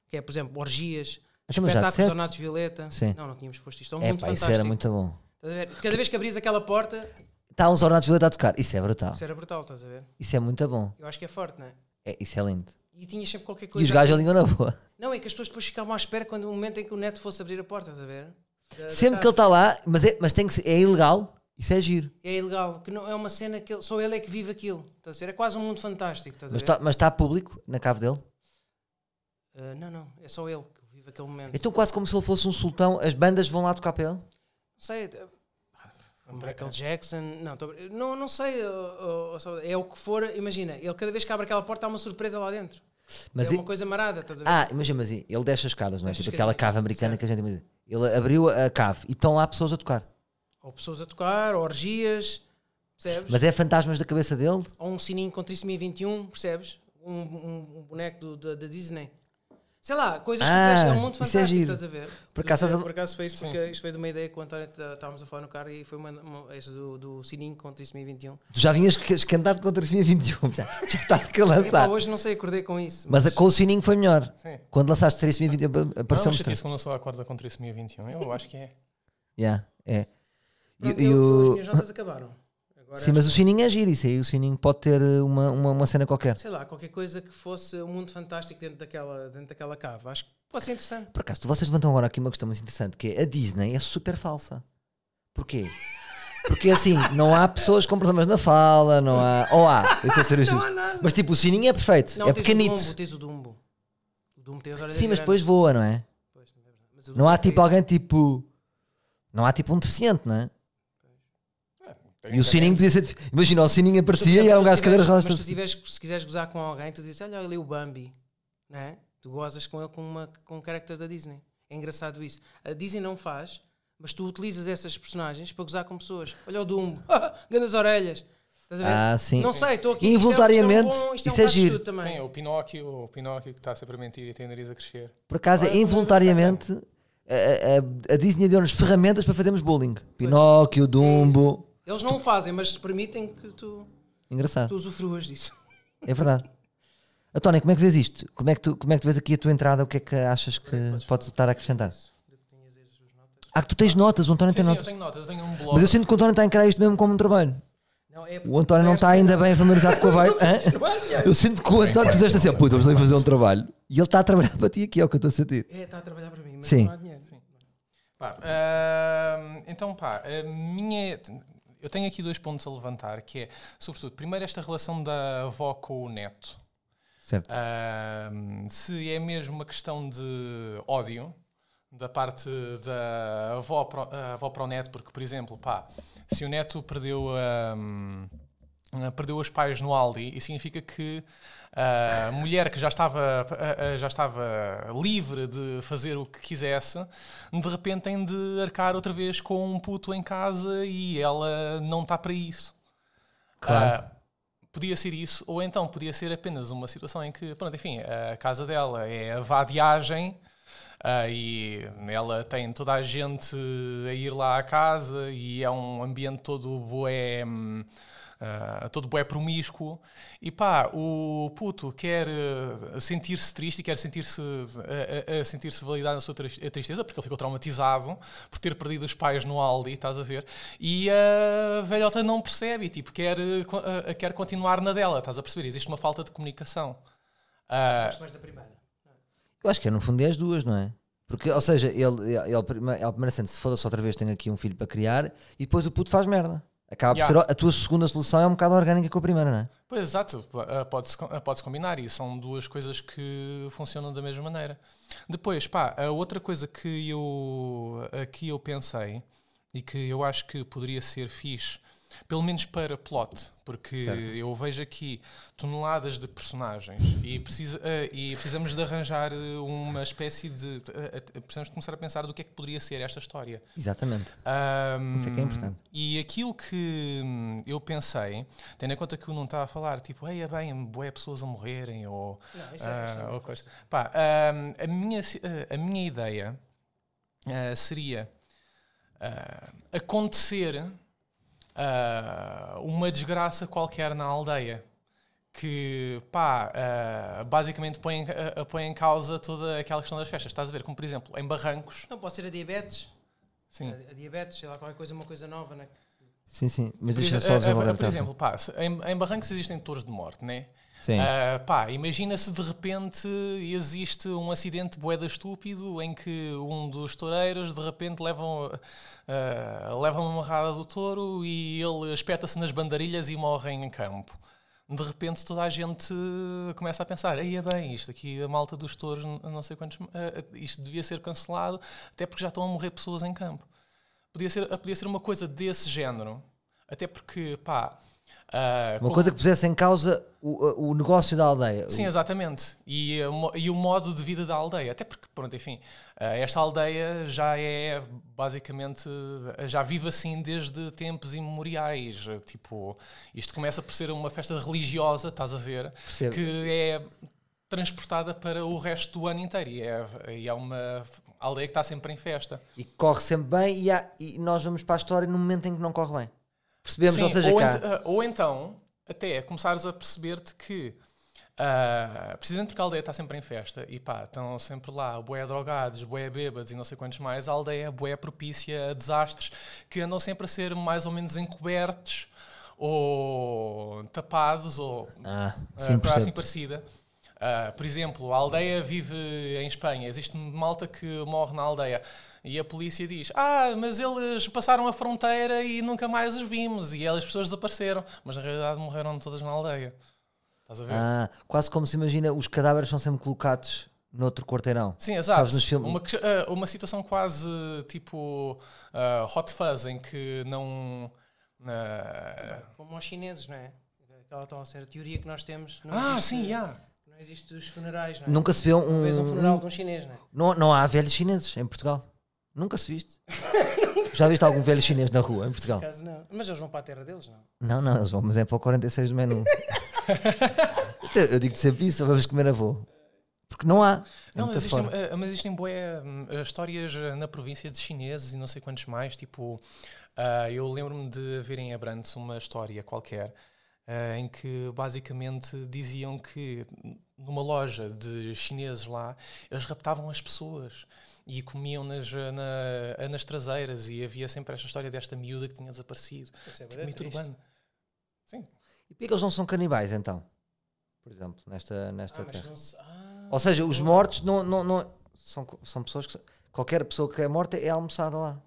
Que é, por exemplo, orgias,
Então, mas já
espetáculos
disseste.
de Donatos Violeta.
Sim.
Não, não tínhamos posto isto. É um
É
mundo
pá, isso
fantástico.
era muito Ah. bom.
Estás a ver? Cada vez que abris aquela porta,
Está uns ornatos violeta a tocar. Isso é brutal.
isso era brutal, estás a ver?
Isso é muito bom.
Eu acho que é forte, não é?
É, isso é lindo.
E tinha sempre qualquer
E
coisa.
os gajos a língua na boa.
Não, é que as pessoas depois ficavam à espera quando o momento em que o neto fosse abrir a porta, estás a ver? Da- da
Sempre que ele está
casa.
lá, mas, é, mas tem que ser, é ilegal, isso é giro.
É ilegal, que não é uma cena que ele- só ele é que vive aquilo. Estás a ver? É quase um mundo fantástico, estás a
Mas
ver?
está mas tá público na cave dele.
Ah, não, não, é só ele que vive aquele momento.
Então, quase como se ele fosse um sultão, as bandas vão lá tocar para ele.
Não sei. ah, Michael Jackson, não, tô- não, não sei, ah, ah, só- é o que for, imagina, ele cada vez que abre aquela porta há uma surpresa lá dentro.
Mas
é
e-
uma coisa marada, estás a ver?
Ah, imagina, mas e- ele desce as escadas, não é?
Desce as
Tipo aquela
escadas,
cave americana que a gente imagina. Ele abriu a cave e estão lá pessoas a tocar. Ah.
Ou pessoas a tocar, ou orgias, percebes?
Mas é fantasmas da cabeça dele?
ou um sininho com trissomia 21, percebes? Um, um, um boneco do- da, da Disney. Sei lá, coisas que
Ah,
tu tens, é um mundo
isso é
fantástico,
giro.
estás a ver?
Por acaso-
por acaso foi isso, porque isto foi de uma ideia que o António tá- estávamos a falar no carro e foi uma, uma, esta do, do sininho com trissomia 21.
Tu já vinhas que- escantado contra a 21, já, já estás a
Epá,
lançar.
hoje não sei, acordei com isso.
Mas a- com o sininho foi melhor.
Sim.
Quando lançaste 3021
Não,
apareceu-me
mas
estranho.
Ah, chatice quando eu sou acorda com trissomia 21. Eu acho que é.
Yeah, é. E-
Pronto,
e
eu-
o-
as minhas notas acabaram. Agora,
Sim, mas o sininho é giro, isso aí. O sininho pode ter eh, uma, uma, uma cena qualquer.
sei lá, qualquer coisa que fosse um mundo fantástico dentro daquela, dentro daquela cave. Acho que pode ser interessante.
Por acaso, vocês levantam agora aqui uma questão muito interessante, que é a Disney é super falsa. Porquê? Porque assim, não há pessoas com problemas na fala, não há. Ou há, eu estou a ser justo.
nada.
Mas tipo, o sininho é perfeito,
Não,
é
tens O Dumbo,
pequenito.
tens o Dumbo. O Dumbo tem as horas
Sim, mas depois voa, não é? Não há tipo alguém tipo. Não há tipo um deficiente, não é? E o sininho podia ser. defi- Imagina, o sininho
é Tu,
aparecia
por
e era um
exemplo,
gajo de cadeira de
se tiveres-
rodas.
Mas tu tiveres, se quiseres gozar com alguém, tu dizes, olha ali o Bambi, não é? Tu gozas com ele com, uma, com um character da Disney. É engraçado isso. A Disney não faz, mas tu utilizas essas personagens para gozar com pessoas. Olha o Dumbo, grandes orelhas. Estás a ver?
Ah, sim.
Não sei, estou aqui.
Involuntariamente,
isto é, um- isto
isso é
é, um bom- isto é, um
giro.
giro.
Sim,
também.
o Pinóquio, o Pinóquio que está sempre a mentir e tem o nariz a crescer.
Por acaso, é involuntariamente, a, a- a Disney deu-nos ferramentas para fazermos bullying.
É
Pinóquio, Dumbo.
Eles não o fazem, mas permitem que tu, tu
Engraçado.
usufruas disso.
É verdade. António, como é que vês isto? Como é que, tu, como é que tu vês aqui a tua entrada? O que é que achas que podes estar a acrescentar? Ah, que tu tens notas, o António
Sim,
tem
sim, eu
notas.
tenho notas, eu tenho um blog.
Mas eu sinto que o António está a encarar isto mesmo como um trabalho.
Não, é
O António não está ainda bem familiarizado com a vibe. Hã? Eu sinto que o António, tu disseste assim, ó, puto, vamos ali fazer um trabalho. E ele está a trabalhar para ti aqui, é o que eu estou a sentir.
É, está a trabalhar para mim, mas
Sim.
não há dinheiro.
Pá, ah, então, pá, a minha. Eu tenho aqui dois pontos a levantar, que é, sobretudo, primeiro esta relação da avó com o neto.
Certo.
Ah, se é mesmo uma questão de ódio da parte da avó pro, a avó para o neto, porque, por exemplo, pá, se o neto perdeu ah, perdeu os pais no Aldi, isso significa que a mulher que já estava, ah, ah, já estava livre de fazer o que quisesse, de repente tem de arcar outra vez com um puto em casa e ela não está para isso.
Claro.
Ah, podia ser isso, ou então podia ser apenas uma situação em que, pronto, enfim, a casa dela é a vadiagem ah, e ela tem toda a gente a ir lá à casa e é um ambiente todo boé. hum, Ah, todo bué promíscuo e pá, o puto quer ah, sentir-se triste e quer sentir-se ah, ah, ah, sentir-se validado na sua tris- tristeza porque ele ficou traumatizado por ter perdido os pais no Aldi, estás a ver e a velhota não percebe e tipo, quer, ah, co- ah, quer continuar na dela, estás a perceber, existe uma falta de comunicação Ah,
Gosto mais da primeira.
Eu acho que é no fundo é as duas, não é? Porque, ou seja, ele, ele, ele, prime- ele primeiro sente se foda-se outra vez, tenho aqui um filho para criar e depois o puto faz merda. Acaba
Yeah.
por ser o- a tua segunda solução é um bocado orgânica com a primeira, não é?
Pois, exato, P- ah, pode-se co- ah, pode-se combinar e são duas coisas que funcionam da mesma maneira. Depois, pá, a outra coisa que eu, a que eu pensei e que eu acho que poderia ser fixe, pelo menos para plot, porque
Certo.
eu vejo aqui toneladas de personagens e, precisa, ah, e precisamos de arranjar ah, uma espécie de. ah, ah, precisamos de começar a pensar do que é que poderia ser esta história.
Exatamente.
Ahm,
Isso é que é importante.
E aquilo que hum, eu pensei, tendo em conta que o não está a falar, tipo, ei, é bem, boé pessoas a morrerem, ou,
Não, isso é- isso é
ah,
uma
ou coisa. Pá, ahm, a, minha, ci- ah, a minha ideia ah, seria ah, acontecer ah, uma desgraça qualquer na aldeia. Que, pá, ah, basicamente põe, em- ah, põe em causa toda aquela questão das festas. Estás a ver? Como, por exemplo, em Barrancos.
Não, pode ser a diabetes.
Sim.
A, a diabetes, sei lá, qualquer coisa, uma coisa nova, né?
Sim, sim. Mas
Por
deixa
exe-
só
eh,
desenvolver
eh,
o
Por
tema.
exemplo, pá, se- em, em Barrancos existem touros de morte, né?
Sim.
Ah, pá, imagina se de repente existe um acidente boeda estúpido em que um dos toureiros de repente leva, um, ah, leva uma marrada do touro e ele espeta-se nas bandarilhas e morre em campo. De repente toda a gente começa a pensar, aí é bem, isto aqui, a malta dos touros, n- não sei quantos, ah, isto devia ser cancelado, até porque já estão a morrer pessoas em campo. Podia ser, podia ser uma coisa desse género, até porque, pá... ah,
Uma
com-
coisa que pusesse em causa o, o negócio da aldeia.
Sim, exatamente. E, eh, mo- e o modo de vida da aldeia. Até porque, pronto, enfim, eh, esta aldeia já é basicamente. eh, já vive assim desde tempos imemoriais. Eh, Tipo, isto começa por ser uma festa religiosa, estás a ver?
Percebo.
Que é transportada para o resto do ano inteiro. E é, e é uma f- aldeia que está sempre em festa.
E corre sempre bem e, há- e nós vamos para a história no momento em que não corre bem. Percebemos,
Sim,
ou seja, cá.
ent- ah, ou então, até começares a perceber-te que, ah, precisamente porque a aldeia está sempre em festa e pá, estão sempre lá boé drogados, boé bêbados e não sei quantos mais, a aldeia é boé propícia a desastres que andam sempre a ser mais ou menos encobertos ou tapados ou
Ah,
ah, coisa assim
5%.
parecida. Ah, por exemplo, a aldeia vive em Espanha, existe malta que morre na aldeia e a polícia diz: Ah, mas eles passaram a fronteira e nunca mais os vimos e as pessoas desapareceram, mas na realidade morreram todas na aldeia. Estás a ver?
Ah, quase como se imagina, os cadáveres são sempre colocados noutro quarteirão.
Sim, exato.
Sabes, nos filmes-
Uma, que- ah, uma situação quase tipo ah, Hot Fuzz em que não. ah,
Como aos chineses, não é? Aquela tal ser a teoria que nós temos. Não
ah,
existe-
sim, yeah.
Não existe os funerais, não é?
Nunca se vê um.
Vês um funeral de um chinês, não é?
Não, não há velhos chineses em Portugal. Nunca se viste. Já viste algum velho chinês na rua em Portugal?
Caso não. Mas eles vão para a terra deles, não?
Não, não, eles vão, mas é para o 46 do menu. Então, Eu digo sempre isso, vamos comer avô. Porque não há. É
Não, mas
muita
existem,
fora.
eh, mas existem bué, hum, eh, histórias eh, na província de chineses e não sei quantos mais. Tipo, ah, eu lembro-me de ver em Abrantes uma história qualquer eh, em que basicamente diziam que numa loja de chineses lá eles raptavam as pessoas e comiam nas, eh, na- nas traseiras e havia sempre esta história desta miúda que tinha desaparecido.
Isso é
Tipo,
bué
mito
triste.
urbano. Sim.
E porquê que eles não são canibais então? Por exemplo, nesta, nesta
Ah, mas
é terra.
não se- ah,
Ou seja, os mortos não, não, não- são, co- são pessoas que. Qualquer pessoa que é morta é almoçada lá.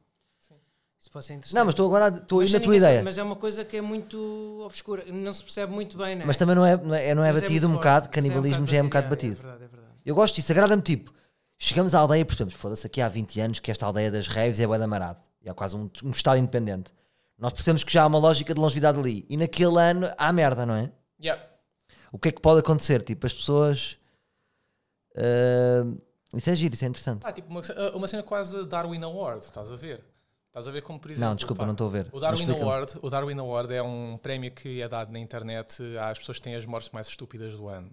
Isso pode ser interessante.
Não, mas estou agora estou aí
Mas
na
sim,
tua
ninguém sabe,
ideia. Mas,
Mas é uma coisa que é muito obscura, não se percebe muito bem, não é?
também não é, não é, não é
Mas
batido
muito
um bocado,
forte, mas
canibalismo já é um bocado
batido,
batido.
É verdade, é verdade.
Eu gosto disso, agrada-me tipo. Chegamos à aldeia, percebemos, foda-se aqui há 20 anos que esta aldeia das raves é bué da marado. E é quase um, um estado independente. Nós percebemos que já há uma lógica de longevidade ali. E naquele ano há merda, não é?
Yeah.
O que é que pode acontecer? Tipo, as pessoas. ah, isso é giro, isso é interessante.
Ah, tipo uma, uma cena quase Darwin Award, estás a ver? Estás a ver como, por exemplo...
Não, desculpa,
é pá,
não estou a ver.
O
Mas
Darwin,
explica-me.
Award, o Darwin Award é um prémio que é dado na internet às pessoas que têm as mortes mais estúpidas do ano.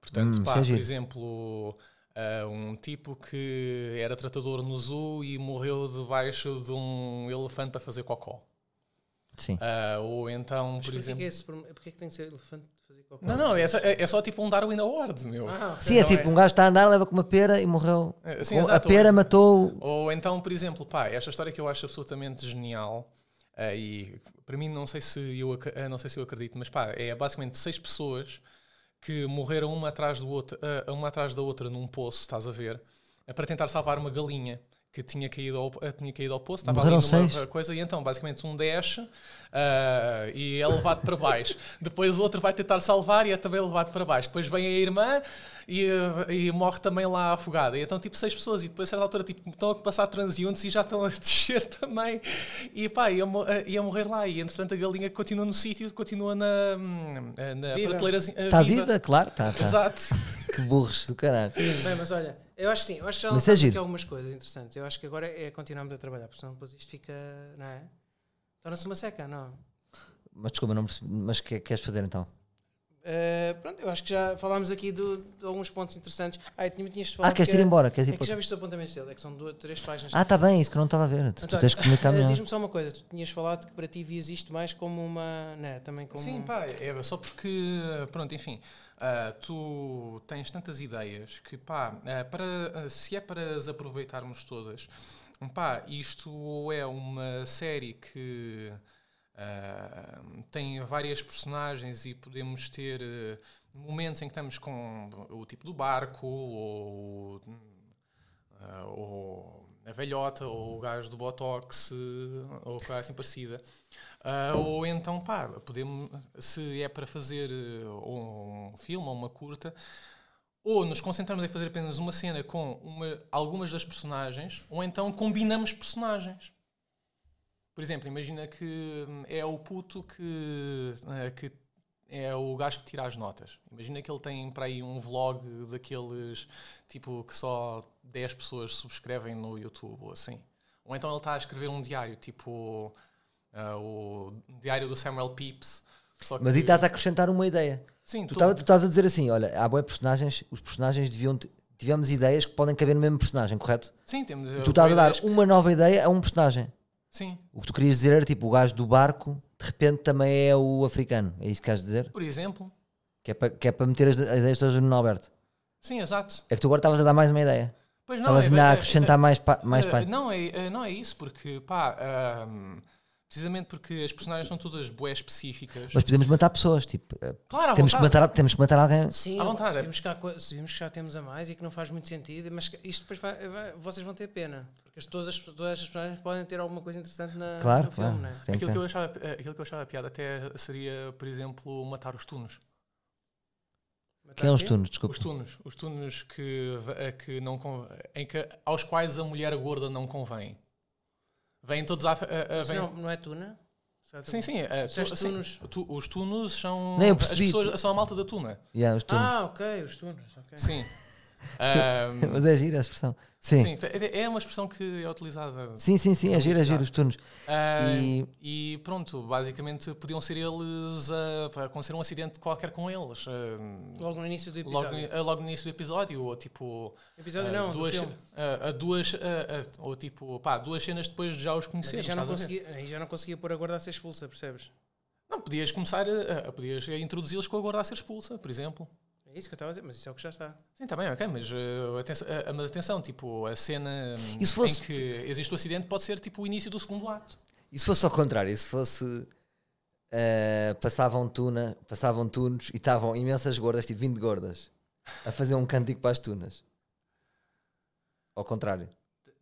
Portanto,
Hum, isso
pá,
é
por
giro.
exemplo, ah, um tipo que era tratador no zoo e morreu debaixo de um elefante a fazer cocó.
Sim.
Ah, ou então,
Mas porquê
por
que,
exemplo...
é esse problema? Porquê que tem que ser elefante de fazer qualquer
Não, não, é só, é- é só tipo um Darwin Award, meu.
Ah,
Sim, é
Não,
tipo,
é-
um gajo está a andar, leva com uma pera e morreu.
É, sim,
Com- a
exato.
pera matou. o-
Ou então, por exemplo, pá, esta história que eu acho absolutamente genial, eh, e para mim não sei se eu, ac- eh, não sei se eu acredito, mas pá, é basicamente seis pessoas que morreram uma atrás, do outro, eh, uma atrás da outra num poço, estás a ver, eh, para tentar salvar uma galinha que tinha caído ao, eh, tinha caído ao poço, estava
Morreram
ali numa
seis?
coisa, e então basicamente um desce ah, e é levado para baixo. Depois o outro vai tentar salvar e é também levado para baixo. Depois vem a irmã e, eh, e morre também lá afogada. E então, tipo, seis pessoas. E depois, a certa altura, tipo, estão a passar transeuntes e já estão a descer também. E pá, ia, mo- ah, ia morrer lá. E entretanto, a galinha continua no sítio, continua na, hum, ah, na
Viva.
prateleira.
Está viva, claro, está. Tá.
Exato.
Que burros do caralho.
Bem, mas olha, eu acho que sim, eu acho que já
Mas
lançamos
é
aqui
giro.
algumas coisas interessantes. Eu acho que agora é continuarmos a trabalhar, porque senão depois isto fica, não é? Torna-se uma seca, não?
Mas desculpa, não percebi. Mas o que é que queres fazer então?
Eh, pronto, eu acho que já falámos aqui do- de alguns pontos interessantes. Ah, eu tinha, tinhas de falar
Ah, queres
que-
ir embora? Queres ir
É que
para-
já viste os apontamentos dele, é que são duas, três páginas.
Ah, tá, está bem, isso que eu não estava a ver. Tu, tu
António,
tens que comunicar
Eh,
melhor.
Diz-me só uma coisa, tu tinhas falado que para ti vias isto mais como uma. Né, também como
Sim,
um-
pá, é só porque, pronto, enfim, ah, tu tens tantas ideias que, pá, ah, para, ah, se é para as aproveitarmos todas, pá, isto é uma série que ah, tem várias personagens e podemos ter eh, momentos em que estamos com o tipo do barco ou ah, ou a velhota, ou o gajo do Botox, eh, ou coisa assim parecida. Ah, ou então, pá, podemos, se é para fazer eh, um filme ou uma curta, ou nos concentramos em fazer apenas uma cena com uma- algumas das personagens, ou então combinamos personagens. Por exemplo, imagina que hum, é o puto que, eh, que é o gajo que tira as notas. Imagina que ele tem para aí um vlog daqueles tipo que só 10 pessoas subscrevem no YouTube ou assim. Ou então ele está a escrever um diário, tipo ah, o diário do Samuel Pepys. Só
Mas
que-
aí estás a acrescentar uma ideia.
Sim,
Tu,
tu-
tava- tu estás a dizer assim: olha, há boé personagens, os personagens deviam. te- Tivemos ideias que podem caber no mesmo personagem, correto?
sim, temos. eh,
Tu estás a dar uma nova ideia a um personagem.
Sim.
O que tu querias dizer era tipo: o gajo do barco, de repente, também é o africano. É isso que queres dizer?
Por exemplo.
Que é para que é para meter as, as ideias todas no Nuno Alberto.
Sim, exato.
É que tu agora estavas a dar mais uma ideia.
Pois não,
Estavas
é-
ainda
é-
a
é-
acrescentar mais, pa, mais
Eh,
pá.
Não é, eh, não é isso, porque pá, ahm, precisamente porque as personagens são todas boés específicas.
Mas podemos matar pessoas, tipo, eh,
claro, à
temos que,
vontade.
matar, temos que matar alguém.
Sim,
À vontade.
se vimos, que há co- se vimos que já temos a mais e que não faz muito sentido, mas que isto depois vai- vai- vocês vão ter pena. Porque as- todas, as- todas as personagens podem ter alguma coisa interessante na,
Claro,
no filme,
claro.
não é?
Tem
Aquilo que,
que-
eu achava, eh, aquilo que eu achava piada até seria, por exemplo, matar os tunos.
Matar
Quem é
o
os
quê?
turnos? Desculpa.
Os tunos. Os tunos que, v- eh, que não con- em que, aos quais a mulher gorda não convém. Vêm todos a. a- a-
Mas
vêm-
Não, não é tuna? um- Será que-
Sim, sim. eh, tu-
Disseste
sim,
tunos.
tu- os tunos são.
Nem eu
as
percebi.
pessoas são a malta da tuna.
Yeah, os turnos.
Ah, ok, os tunos. ok.
Sim. Hum, Ahm,
Mas é giro a expressão. Sim.
sim, é é uma expressão que é utilizada
Sim, sim, sim, é giro, é giro os turnos.
Ah,
É.
E-
e... pronto, basicamente podiam ser eles a acontecer um acidente qualquer com eles. ah,
Logo no início do
logo,
episódio.
no- ah, logo no início do episódio, ou tipo.
Episódio
ah,
não, do
duas,
filme.
ah, ah, duas ah, ah, Ou tipo, pá, duas cenas depois de já
Mas
os
aí
conhecermos.
já, não
estás a ver?
consegui, aí já não conseguia pôr a guarda a ser expulsa, percebes?
Não, podias começar a, a- podias introduzi-los com a guarda a ser expulsa, por exemplo.
É isso que eu estava a dizer, mas isso é o que já está.
Sim, está bem, ok, mas, eh, atenção, eh, mas atenção, tipo, a cena hum,
E se fosse-
em que existe o acidente pode ser tipo o início do segundo ato.
E se fosse ao contrário, e se fosse. eh, passavam, tuna, passavam tunos e estavam imensas gordas, tipo 20 gordas, a fazer um cântico para as tunas. Ao contrário.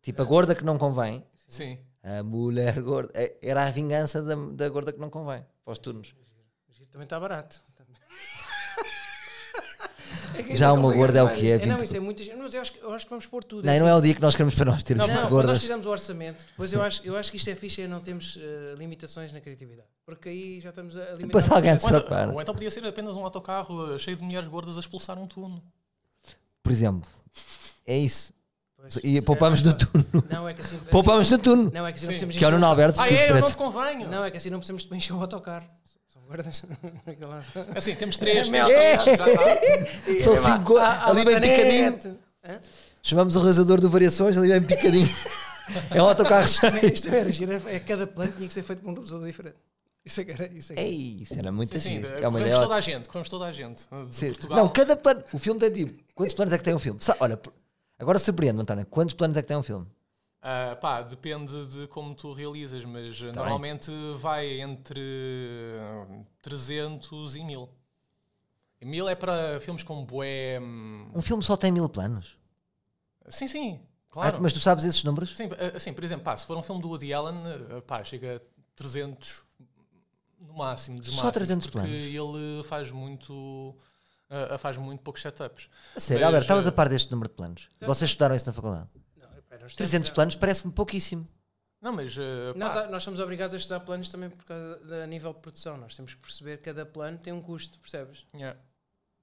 Tipo,
É.
a gorda que não convém,
Sim.
a mulher gorda, eh, era a vingança da, da gorda que não convém, para os tunos.
O giro também está barato. É que
Já
ainda
uma
complica
gorda é o
mais.
que é,
Não,
20.
isso é muita gente. Mas eu acho, que- eu acho que vamos pôr tudo.
Não,
assim.
não é o dia que nós queremos para nós, termos
Não,
muito
não, quando nós
gordas.
fizemos o orçamento, depois eu acho, eu acho que isto é fixe e não temos eh, limitações na criatividade. Porque aí já estamos a limitar.
Depois alguém se
Ou então,
preocupar.
ou então podia ser apenas um autocarro eh, cheio de mulheres gordas a expulsar um turno.
Por exemplo, é isso.
Pois,
E
se
poupámos no
calhar-
turno.
Não, é que assim. assim-
Poupámos no turno.
Não, é que assim não
Sim.
precisamos.
Que é o Nuno Alberto
Ah,
vestido de
é? Eu não te
preto.
convenho!
Não, é que assim não precisamos de encher o autocarro. São guardas. Aquela-
Assim,
É
temos três,
meu
temos três, já é está.
São cinco go-
Ah,
ali
é
bem picadinho.
Batanete. Hã?
Chamamos o realizador do Variações, ali bem picadinho. é um autocarro cheio.
Isto era giro, é cada plano tinha que ser feito por um realizador diferente. Isso é que era. Isso é que era.
Ei, isso era muito
Sim, sim,
giro.
eh,
É uma
corremos
ideia
toda a gente, corremos toda a gente. eh, De
Sim.
Portugal.
Não, cada plano. O filme tem tipo. Quantos planos é que tem um filme? Sa- Olha, por- agora surpreende-me, António. Quantos planos é que tem um filme?
Ah, pá, depende de como tu realizas, mas eh,
Tá
normalmente vai entre eh, 300 e 1000. E 1000 é para filmes com bué. hum,
Um filme só tem mil planos.
Sim, sim,
Ah,
claro.
mas tu sabes esses números?
Sim, eh, assim, por exemplo, pá, se for um filme do Woody Allen, eh, pá, chega a 300 no máximo. dos
Só
máximos,
300
porque
planos?
ele faz muito. eh, faz muito poucos setups.
A sério,
Mas,
Alberto, estavas
eh,
a par deste número de planos. Vocês estudaram isso na faculdade.
Não, epá, nós estamos
300
a-
planos parece-me pouquíssimo.
Não, mas. eh, pá,
Nós, nós somos obrigados a estudar planos também por causa da nível de produção. Nós temos que perceber que cada plano tem um custo, percebes?
yeah.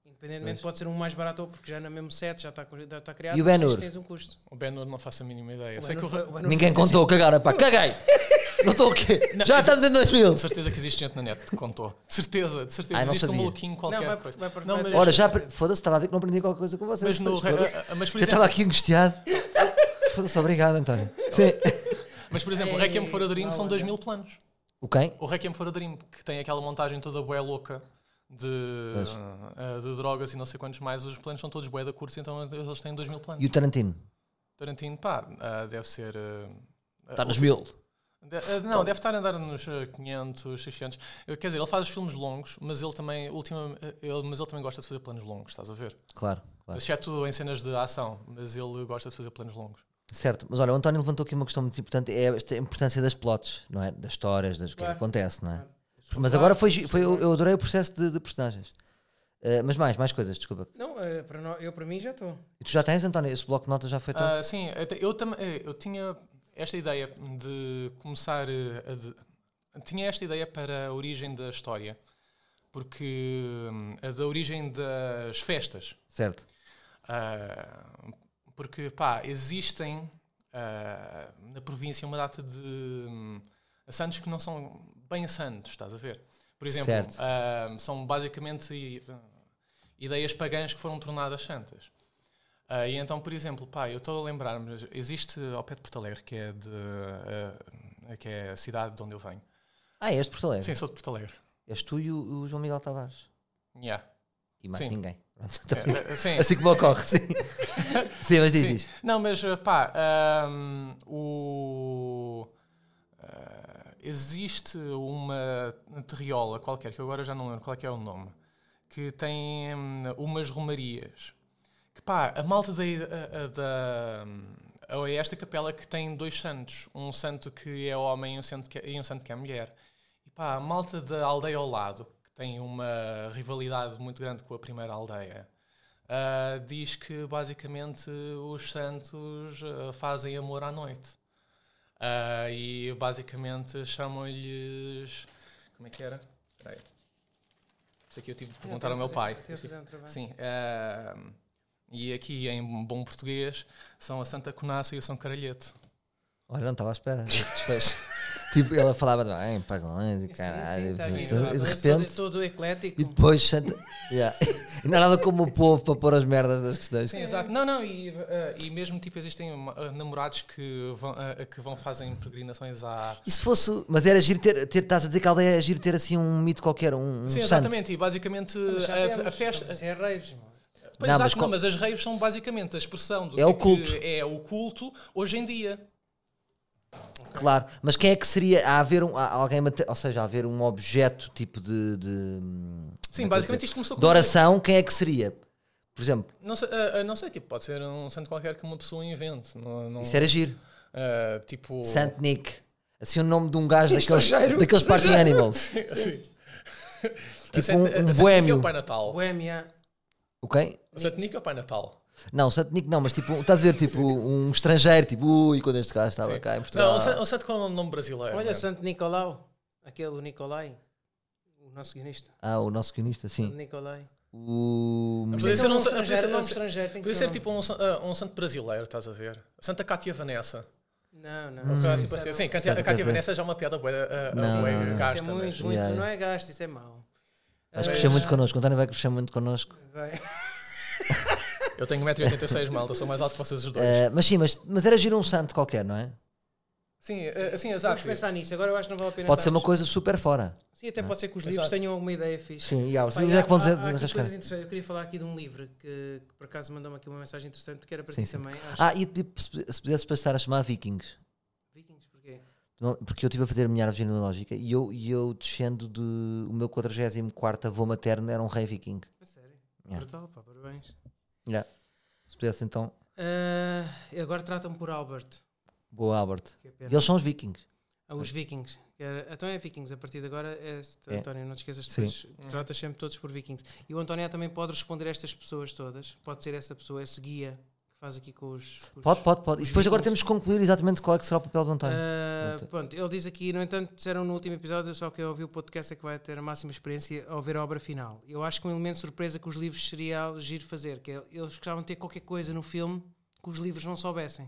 Independentemente, pode ser um mais barato ou porque já no mesmo set já está, co- já está criado.
E o
mas
Ben-Hur?
tens- Tens um custo.
O Ben Hur não faço a mínima ideia.
O
Sei é assim. que
Ben-Hur
o,
foi- o Ben-Hur
Ninguém contou, cagaram, pá, caguei! Não estou o quê? Já estamos em 2000!
De certeza que existe gente na net que contou. De certeza, de certeza.
Ai, Ah, não
existe um
sabia.
maluquinho qualquer
Não, vai-
coisa.
vai por-
não,
vai
mas,
por-
Ora, já. apre- Foda-se, estava a ver que não aprendi qualquer coisa com vocês.
mas,
Mas
no,
foda-se.
ah, ah, mas, por
Eu estava
exemplo,
aqui angustiado. Foda-se, obrigado, António. Sim.
mas, por exemplo, o Requiem for a Dream são 2 mil planos.
O quem?
O Requiem for a Dream, que tem aquela montagem toda bué louca de, ah, de drogas e não sei quantos mais, os planos são todos bué da curta, então eles têm 2 mil planos.
E o Tarantino?
Tarantino, pá, ah, deve ser... ah,
Está Tá nos mil.
De- eh, não, deve estar a andar nos eh, 500, 600. Eh, Quer dizer, ele faz os filmes longos, mas ele também, ultima, eh, ele, mas ele também gosta de fazer planos longos, estás a ver?
Claro, claro.
Exceto em cenas de ação, mas ele gosta de fazer planos longos.
Certo, mas olha, o António levantou aqui uma questão muito importante, é esta importância das plots, não é? Das histórias, das que
Claro.
acontece, não é?
Claro.
Mas agora foi, gi- foi eu, eu adorei o processo de, de personagens. Eh, mas mais, mais coisas, desculpa.
Não, eh, para nós, eu para mim já estou.
E tu já tens, António? Esse bloco de notas já foi todo?
Ah, sim, eu, te- eu, tam- eh, eu tinha esta ideia de começar eh, a de- tinha esta ideia para a origem da história, porque hum, a da origem das festas.
certo.
Ah, porque, pá, existem ah, na província uma data de hum, santos que não são bem santos, estás a ver? Por exemplo,
Certo.
ah, são basicamente i- hum, ideias pagãs que foram tornadas santas. Ah, e então, por exemplo, pá, eu estou a lembrar-me, existe ao pé de Porto Alegre, que é, de, ah, que é a cidade de onde eu venho.
Ah, és de Porto Alegre.
Sim, sou de Porto Alegre.
És tu e o, o João Miguel Tavares.
Yeah.
E mais
Sim.
ninguém. Pronto, então,
Eh, eh, sim.
assim que me ocorre, sim. sim, mas diz,
Sim.
diz.
Não, mas eh, pá, ahm, o. ah, existe uma terriola qualquer, que eu agora já não lembro qual é, que é o nome, que tem hum, umas romarias. Que pá, a malta da. a- a- da hum, é esta capela que tem dois santos, um santo que é homem e um santo que é, e um santo que é mulher. E pá, a malta da aldeia ao lado, que tem uma rivalidade muito grande com a primeira aldeia, ah, diz que basicamente os santos ah, fazem amor à noite. Ah, e basicamente chamam-lhes. Como é que era? Espera aí. Isto aqui eu tive de perguntar ao meu pai.
Estou a fazer um trabalho.
Sim. ah, e aqui em bom português são a Santa Conácia e o São Caralhete.
Olha, não estava à espera. deste Desfecho. tipo, ela falava bem, pagões e caralho.
tá aqui,
e
tá,
de
parece
repente.
Todo, todo eclético.
E depois. Santa... Yeah. E não há nada como o povo para pôr as merdas das questões.
Sim, exato. Não, não, e, eh, e mesmo tipo existem eh, namorados que vão, eh, que vão fazem peregrinações à.
E se fosse. Mas era giro ter. ter estás a dizer que a aldeia é giro ter assim um mito qualquer, um, um
Sim,
santo.
exatamente. E basicamente
Mas
eh,
já
a, a
temos,
festa.
vamos dizer raves, mano.
Pois
Não,
exato,
mas
não,
qual-
mas as raves são basicamente a expressão do
É o
que
culto.
é o culto hoje em dia.
Claro, mas quem é que seria? Há haver um, há alguém, mate- ou seja, há haver um objeto tipo de. de hum,
Sim,
como é que eu
basicamente
vou dizer?
isto começou
De oração, quem é que seria? Por exemplo,
Não sei, ah, ah, não sei, tipo, pode ser um santo qualquer que uma pessoa invente. Não,
Oh.
não-
isso era giro.
ah, tipo.
Santo Nick. Assim o nome de um gajo daqueles,
Estrangeiro.
daqueles Party Animals.
Sim.
Tipo
Santo-
um- um
Santo Nico é
boêmio.
o Pai
Oh.
Natal.
Boêmia.
O quem?
O Santo Nico é o Pai Natal.
Não, Santo Nick não, mas tipo, estás a ver, tipo, um estrangeiro, tipo, ui, quando este gajo estava cá em Portugal.
Não, o Santo, o Santo com o nome
É
brasileiro.
Olha,
né?
Santo Nicolau. Aquele Nicolai. O nosso guionista.
Ah, o nosso guionista, sim.
Nicolai.
O...
Mas
Podia
esse
ser
eu não
um
sei- podia ser-
estrangeiro. nome
eu sei-
estrangeiro tem que
é
Podia ser
um
tipo um, san- ah, um santo brasileiro, estás a ver? Santa Cátia Vanessa.
nome. Não,
Hum.
não.
é
Ah,
isso é
tipo assim,
era-
sim,
Santa
Cátia, a
Cátia
Cátia Vanessa já é uma piada boa, uh,
Não, não, não.
Isso é
gasta.
muito,
mas-
muito.
Yeah, yeah.
Não é gasto, isso é mau. é
Vais crescer muito connosco, o António vai crescer muito connosco.
Vai.
Eu tenho 1,86m, malta, sou mais alto que vocês os dois.
Eh, mas sim, mas, mas era giro um santo qualquer, não é?
Sim, ah, assim, exato.
Vamos pensar nisso. Agora eu acho que não vale a pena.
Pode ser uma
estarmos.
coisa super fora.
Sim, até pode ser que os
Exato.
livros tenham alguma ideia fixe.
Sim, e há os
Pá,
livros
há-
é que vão
há-
dizer-
há aqui
rascar.
coisas interessantes. Eu queria falar aqui de um livro que, que por acaso mandou-me aqui uma mensagem interessante que era para
Sim,
ti
sim.
também. Acho é
Ah, e tipo, se se pudesse passar a chamar Vikings.
Vikings, porquê?
Não, Porque eu estive a fazer a minha árvore genealógica e eu, e eu descendo de. O meu 44 avô materno era um rei viking.
A sério?
Yeah.
Brutal, pá, parabéns.
Yeah. Se pudesse então,
Ah, agora tratam por Albert.
boa Albert.
Que é pena.
E eles são os vikings.
Ah, os Vikings. que era- Então é Vikings, a partir de agora é,
É.
António, não te esqueças
Sim.
depois, tratas sempre todos por Vikings. E o António também pode responder a estas pessoas todas, pode ser essa pessoa, esse guia que faz aqui com os... com os-
Pode, pode, pode. E
os
depois agora temos
vikings.
que concluir exatamente qual é que será o papel do António.
Ah,
Pronto.
pronto, ele diz aqui, no entanto, disseram no último episódio, só que eu ouvi o podcast é que vai ter a máxima experiência ao ver a obra final. Eu acho que um elemento de surpresa que os livros seria algo giro fazer, que é- eles gostavam de ter qualquer coisa no filme que os livros não soubessem.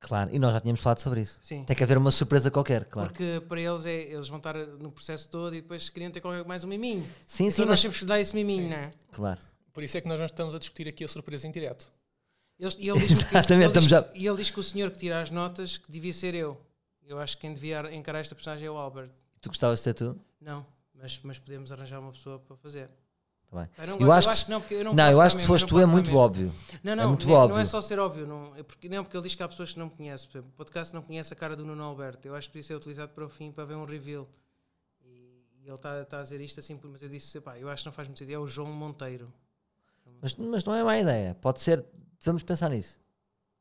Claro, e nós já tínhamos falado sobre isso.
Sim.
Tem que haver uma surpresa qualquer, claro.
Porque para eles é, eles vão estar no processo todo e depois queriam ter qualquer- mais um miminho.
sim, sim,
então nós
mas.
temos que dar esse miminho, não é?
Claro.
Por isso é que nós não estamos a discutir aqui a surpresa em direto.
Eles- e ele diz que-
Exatamente,
ele
estamos
diz,
já-
E ele diz que o senhor que tira as notas que devia ser eu. Eu acho que quem devia encarar esta personagem é o Albert.
Tu gostavas de ser tu?
Não, mas, mas podemos arranjar uma pessoa para fazer.
Tá bem.
um Eu, não
Eu acho
gosto- eu
que-
acho que não, porque eu não
Não, eu
posso
acho
dar
que
mesmo,
foste
eu
tu,
não
é
posso dar
muito
mesmo.
óbvio.
Não,
É
não,
muito
nem- não é
óbvio.
só ser óbvio. Não, é porque, não, porque ele diz que há pessoas que não me conhecem. Por exemplo, O podcast não conhece a cara do Nuno Alberto. Eu acho que podia ser utilizado para o fim, para ver um reveal. E, e ele está tá a dizer isto assim, mas eu disse, pá, eu acho que não faz muito sentido. É o João Monteiro.
Mas, mas não é má ideia. Pode ser. Vamos pensar nisso.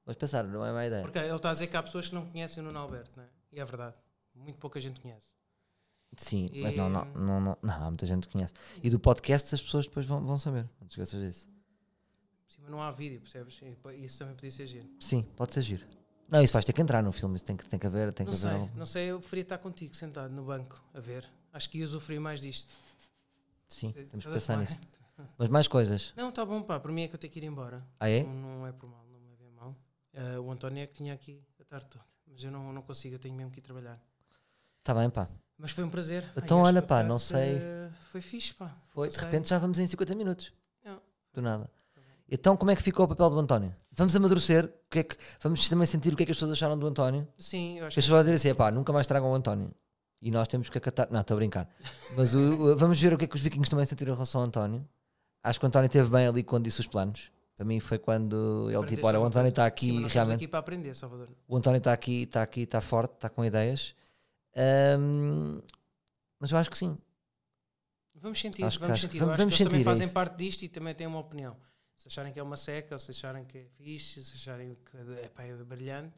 Vamos pensar, não é má ideia.
Porque ele está a dizer que há pessoas que não conhecem o Nuno Alberto, não é? E é verdade. Muito pouca gente conhece.
Sim, mas não,
E- é-
não, não, não, não, há muita gente que conhece. E do podcast as pessoas depois vão, vão saber. Não te esqueças disso.
Por cima não há vídeo, percebes? E pa- Isso também podia ser giro.
Sim, pode ser giro. Não, isso vais ter que entrar no filme, isso tem que, tem que haver, tem
Não
que haver
sei,
algo.
não sei, eu preferia estar contigo sentado no banco a ver. Acho que ia usufruir mais disto.
Sim, temos que
Estás a
pensar
falar?
nisso. Mas mais coisas.
Não, tá bom, pá, por mim é que eu tenho que ir embora.
Ah, é?
Não, não é por mal, não me levem a mal. Ah, o António é que tinha aqui a tarde toda, mas eu não, não consigo, eu tenho mesmo que ir trabalhar.
Está Tá bem, pá.
Mas foi um prazer. Ai,
Então,
este
olha, pá, não
podcast,
sei.
ah, foi fixe, pá.
Foi,
Não
de
sei. É.
repente já vamos em 50 minutos.
Não.
Do nada. Então, como é que ficou o papel do António? Vamos amadurecer, o que é que, vamos também sentir o que é que as pessoas acharam do António.
Sim, eu
As
acho que.
pessoas vão dizer assim: pá, nunca mais tragam o António. E nós temos que acatar. Não, estou a brincar. Mas o- o- vamos ver o que é que os vikings também sentiram em relação ao António. Acho que o António esteve bem ali quando disse os planos. Para mim foi quando ele
aprendeste
tipo: olha, o
alguma
António está
coisa. Sim, mas
aqui
nós estamos
realmente
aqui para aprender, Salvador.
o António está aqui, está aqui, está forte, está com ideias. Ahm, mas eu acho que sim.
Vamos sentir,
Acho que-
vamos
acho que
sentir.
vamos-
eu acho
vamos
que eles
sentir, é
também fazem
isso.
parte disto e também têm uma opinião. Se acharem que é uma seca, ou se acharem que é fixe, se acharem que é, pá, é brilhante,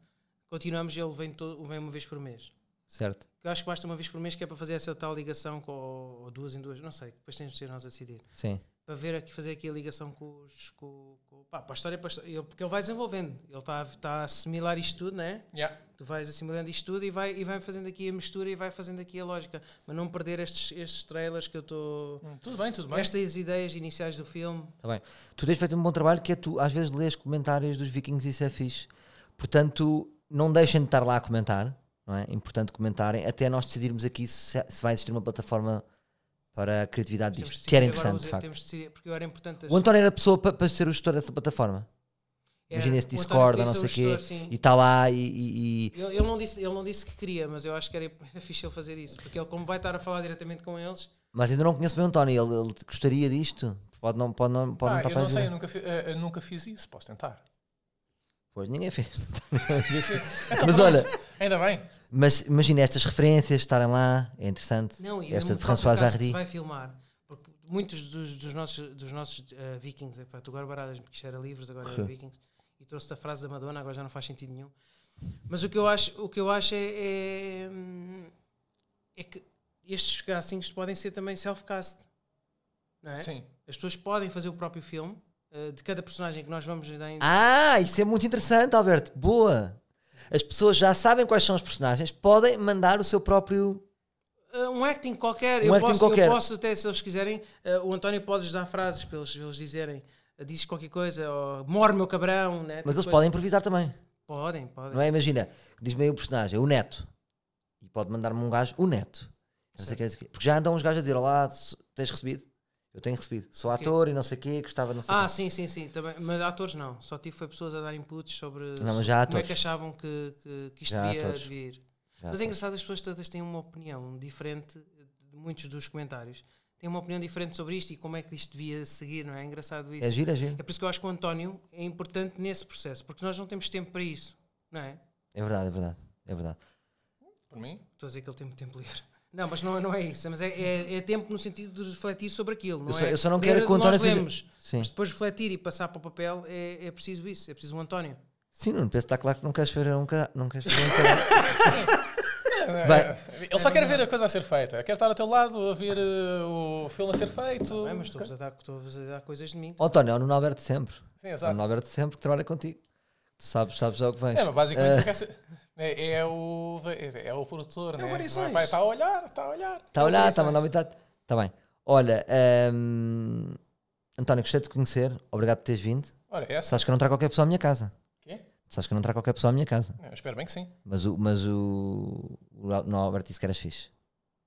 continuamos. Ele vem, todo, vem uma vez por mês.
Certo.
Eu acho que basta uma vez por mês que é para fazer essa tal ligação com, ou duas em duas, não sei, depois temos de ser nós a decidir.
Sim.
Para ver aqui, fazer aqui a ligação com os. Com, com, pá, para a história, para a história. Ele- porque ele vai desenvolvendo, ele está, a- está a assimilar isto tudo, não é?
Yeah.
Tu vais assimilando isto tudo e vai, e vai fazendo aqui a mistura e vai fazendo aqui a lógica. Mas não perder estes, estes trailers que eu estou.
Hum, Tudo bem, tudo bem.
Estas ideias iniciais do filme.
Tá bem. Tu tens feito um bom trabalho que é tu às vezes lês comentários dos vikings e isso é fixe. Portanto, não deixem de estar lá a comentar. não é? Importante comentarem, até nós decidirmos aqui se, se vai existir uma plataforma para a criatividade
Temos de
disto, que era
decidir agora
interessante,
os-
de facto.
Temos de decidir, porque agora é importante. as-
O António era a pessoa pa- para, ser o gestor dessa plataforma.
era-
Imagina esse
o António
Discord,
podia
ou não
ser o
sei o quê,
gestor, sim.
e está lá e, e- e-
Ele, ele não disse, ele não disse que queria, mas eu acho que era, era fixe ele fazer isso, porque ele, como vai estar a falar diretamente com eles,
Mas ainda não conheço bem o António, ele, ele gostaria disto? Pode não, pode não, pode
Ah,
não tá estar
eu não
fazendo.
sei, eu nunca, fi- eh, eu nunca fiz isso, posso tentar.
Pois ninguém fez.
Então,
Mas
pronto,
olha,
Ainda bem.
mas imagina estas referências estarem lá, é interessante.
não, e
Esta de
mesmo caso
François
por caso que
Hardy.
se vai filmar, porque muitos dos, dos nossos, dos nossos eh, vikings, epá, tu agora baralhas, porque isto era livros, agora era vikings, e trouxe-te a frase da Madonna, agora já não faz sentido nenhum. Mas o que eu acho, o que eu acho é, é, hum, é que estes castings podem ser também self-cast, não é?
Sim.
As pessoas podem fazer o próprio filme eh, de cada personagem que nós vamos dar em-
Ah, isso é muito interessante, Alberto. Boa! As pessoas já sabem quais são os personagens, podem mandar o seu próprio.
Uh, um acting qualquer.
Um
eu,
acting
posso,
qualquer.
eu posso até, se eles quiserem, uh, o António pode dar frases para eles, para eles dizerem. Uh, Diz qualquer coisa, ou morre meu cabrão,
Mas
né? Tipo
eles
coisa.
podem improvisar também,
Podem, podem.
não é? Imagina, diz-me aí o personagem, o Neto. E pode mandar-me um gajo, o Neto. Não sei o que, não sei o quê. Porque já andam uns gajos a dizer: Olá, so- tens recebido? Eu tenho recebido. Sou ator e não sei o quê, gostava não sei o
Ah,
quê.
sim, sim, sim. Também, mas atores não. Só tive foi pessoas a dar inputs sobre,
mas
sobre
já há
como é
atores.
que achavam que, que, que isto
Já há
devia,
atores.
devia ir.
Já
mas é
sei.
engraçado, as pessoas todas têm uma opinião diferente de muitos dos comentários. Têm uma opinião diferente sobre isto e como é que isto devia seguir, não é? É engraçado
Ah,
isso.
É giro, é giro.
É por isso que eu acho que o António é importante nesse processo, porque nós não temos tempo para isso, não é?
É verdade, é verdade. É verdade.
Por mim?
Estou a dizer que ele tem muito tempo livre. Não, mas não, não é isso, mas é, é- é tempo no sentido de refletir sobre aquilo. Não
Eu só-
é
eu só não
ler
quero que o António
nós
seja-
lemos,
Sim.
mas depois refletir e passar para o papel é, é preciso isso, é preciso um António.
Sim, Nuno, penso que está claro que não queres ver um cara. Não queres ver um cara. Vai.
Ele Eh, só quer ver a coisa a ser feita. Quer estar ao teu lado, a ver eh, o filme a ser feito.
Não é? Mas estou-vos a, dar- estou-vos a dar coisas de mim.
Ó, António, é o Nuno Alberto sempre.
Sim,
É o
exato.
Nuno Alberto sempre que trabalha contigo. Tu sabes, sabes já o que vens.
É, mas basicamente quer ser- é, é o, é o produtor, né?
variações.
Está a olhar, está a olhar.
Está Tá a olhar, está a mandar metade. Está Tá bem. Olha, hum, António, gostei de te conhecer. Obrigado por teres vindo.
Olha, é essa.
Sabes que eu não trago qualquer pessoa à minha casa.
Quê?
Sabes que eu não trago qualquer pessoa à minha casa.
Eu espero bem que sim.
Mas o, mas o, o Nuno Alberto disse que eras fixe.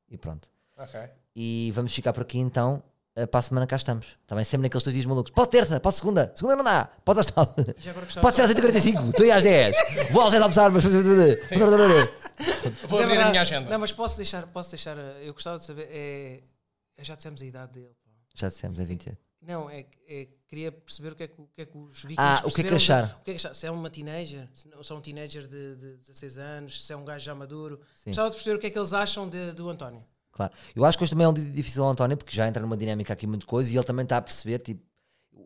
E pronto.
Ok.
E vamos ficar por aqui então. Eh, Para a semana cá estamos. Está bem? Sempre naqueles dois dias malucos. Posso terça? Posso segunda? Segunda não dá. Posso às nove?
Já agora gostava
Posso ser às 8h45? Estou aí às 10. Vou às 10 almoçar, mas.
Vou
Mas é
abrir a
verdade.
minha agenda.
Não, mas posso deixar, posso deixar, eh, eu gostava de saber, é, já dissemos a idade dele. pá.
Já dissemos, é 28.
Não, é, que- é que queria perceber o que é que, o que, é que os vikings
Ah, o que é que
perceberam de-
acharam?
O que é que acharam? Se é uma teenager, se não- se é um teenager de, de 16 anos, se é um gajo já maduro.
Sim.
Gostava de perceber o que é que eles acham de- do António.
Claro. Eu acho que hoje também é um dia difícil ao António, porque já entra numa dinâmica aqui muito coisa e ele também está a perceber, tipo.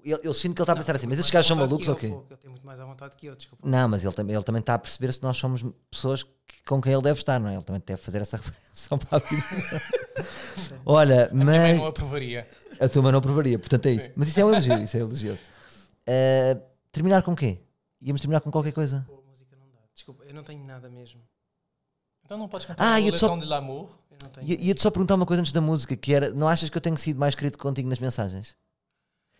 Eu, eu sinto que ele está a pensar assim, mas estes gajos são malucos ou
ou
quê?
Ele tem muito mais à vontade que eu, desculpa.
Não, mas ele, tam- ele também está a perceber se nós somos pessoas que- com quem ele deve estar, não é? Ele também deve fazer essa reflexão para a vida. Olha,
Também
mas.
não aprovaria.
A tua mãe não provaria, portanto é isso. Mas isso é um elogio, isso é um elogio. Eh, terminar com o quê? Íamos terminar com qualquer coisa?
Pô, a música não dá. Desculpa, eu não tenho nada mesmo.
Então não podes
Ah,
cantar o
eu só-
Letão de L'amour.
Eu não tenho.
I- Ia-te só perguntar uma coisa antes da música, que era, não achas que eu tenho sido mais querido contigo nas mensagens?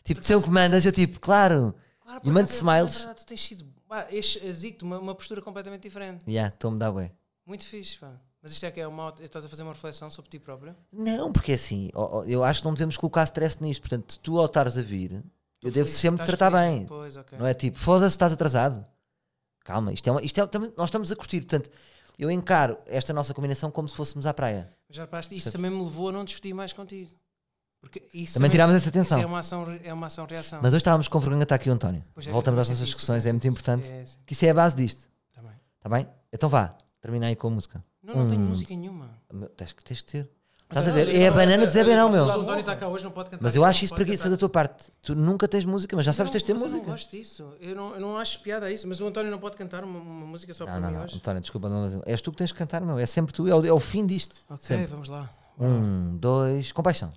Tipo, se eu que mandas, eu tipo, claro,
Claro,
e
por
mando
acaso, na
smiles.
é verdade, tu tens sido. pá, este- eu Digo-te uma, uma postura completamente diferente.
já, estou-me dar bué.
Muito fixe, pá. Mas isto é que é uma. auto- Estás a fazer uma reflexão sobre ti próprio?
Não, porque é assim, ó, ó, eu acho que não devemos colocar stress nisto, portanto, se tu ao estares a vir, eu devo
Feliz,
sempre te
estás
tratar
feliz?
bem,
Pois, ok.
não é tipo, foda-se, estás atrasado. Calma, isto é, uma, isto é tam- nós estamos a curtir, portanto, eu encaro esta nossa combinação como se fôssemos à praia.
Já reparaste, isso também me levou a não discutir mais contigo. Porque isso
Também tirámos essa
isso
atenção.
é uma ação, re- é uma ação reação.
Mas hoje estávamos com vergonha de estar aqui o António. Voltamos às nossas discussões, é muito importante. Que isso é a base disto, está bem? Então vá, termina aí com a música. Ah,
Não, não tenho
Hum.
música nenhuma.
Meu, Tens que, tens que ter. Estás a ver? É a banana de Zé Beirão,
O
meu.
António está cá hoje, não pode cantar.
Mas eu
não
acho isso
pode
preguiça da
cantar.
tua parte. Tu nunca tens música, mas já sabes que tens de ter
Não, mas Eu não
música.
gosto disso. Eu não, eu não acho piada a isso. Mas o António não pode cantar uma, uma música só
Não,
para
não,
mim
não.
hoje.
António, desculpa, não, mas és tu que tens que cantar, meu. É sempre tu, é o, é o fim disto.
Ok,
Sempre.
vamos lá.
Um, dois, compaixão.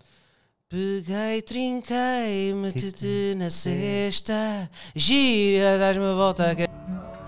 Peguei, trinquei,
Sim,
meti-te na cesta, gira, dás-me a volta a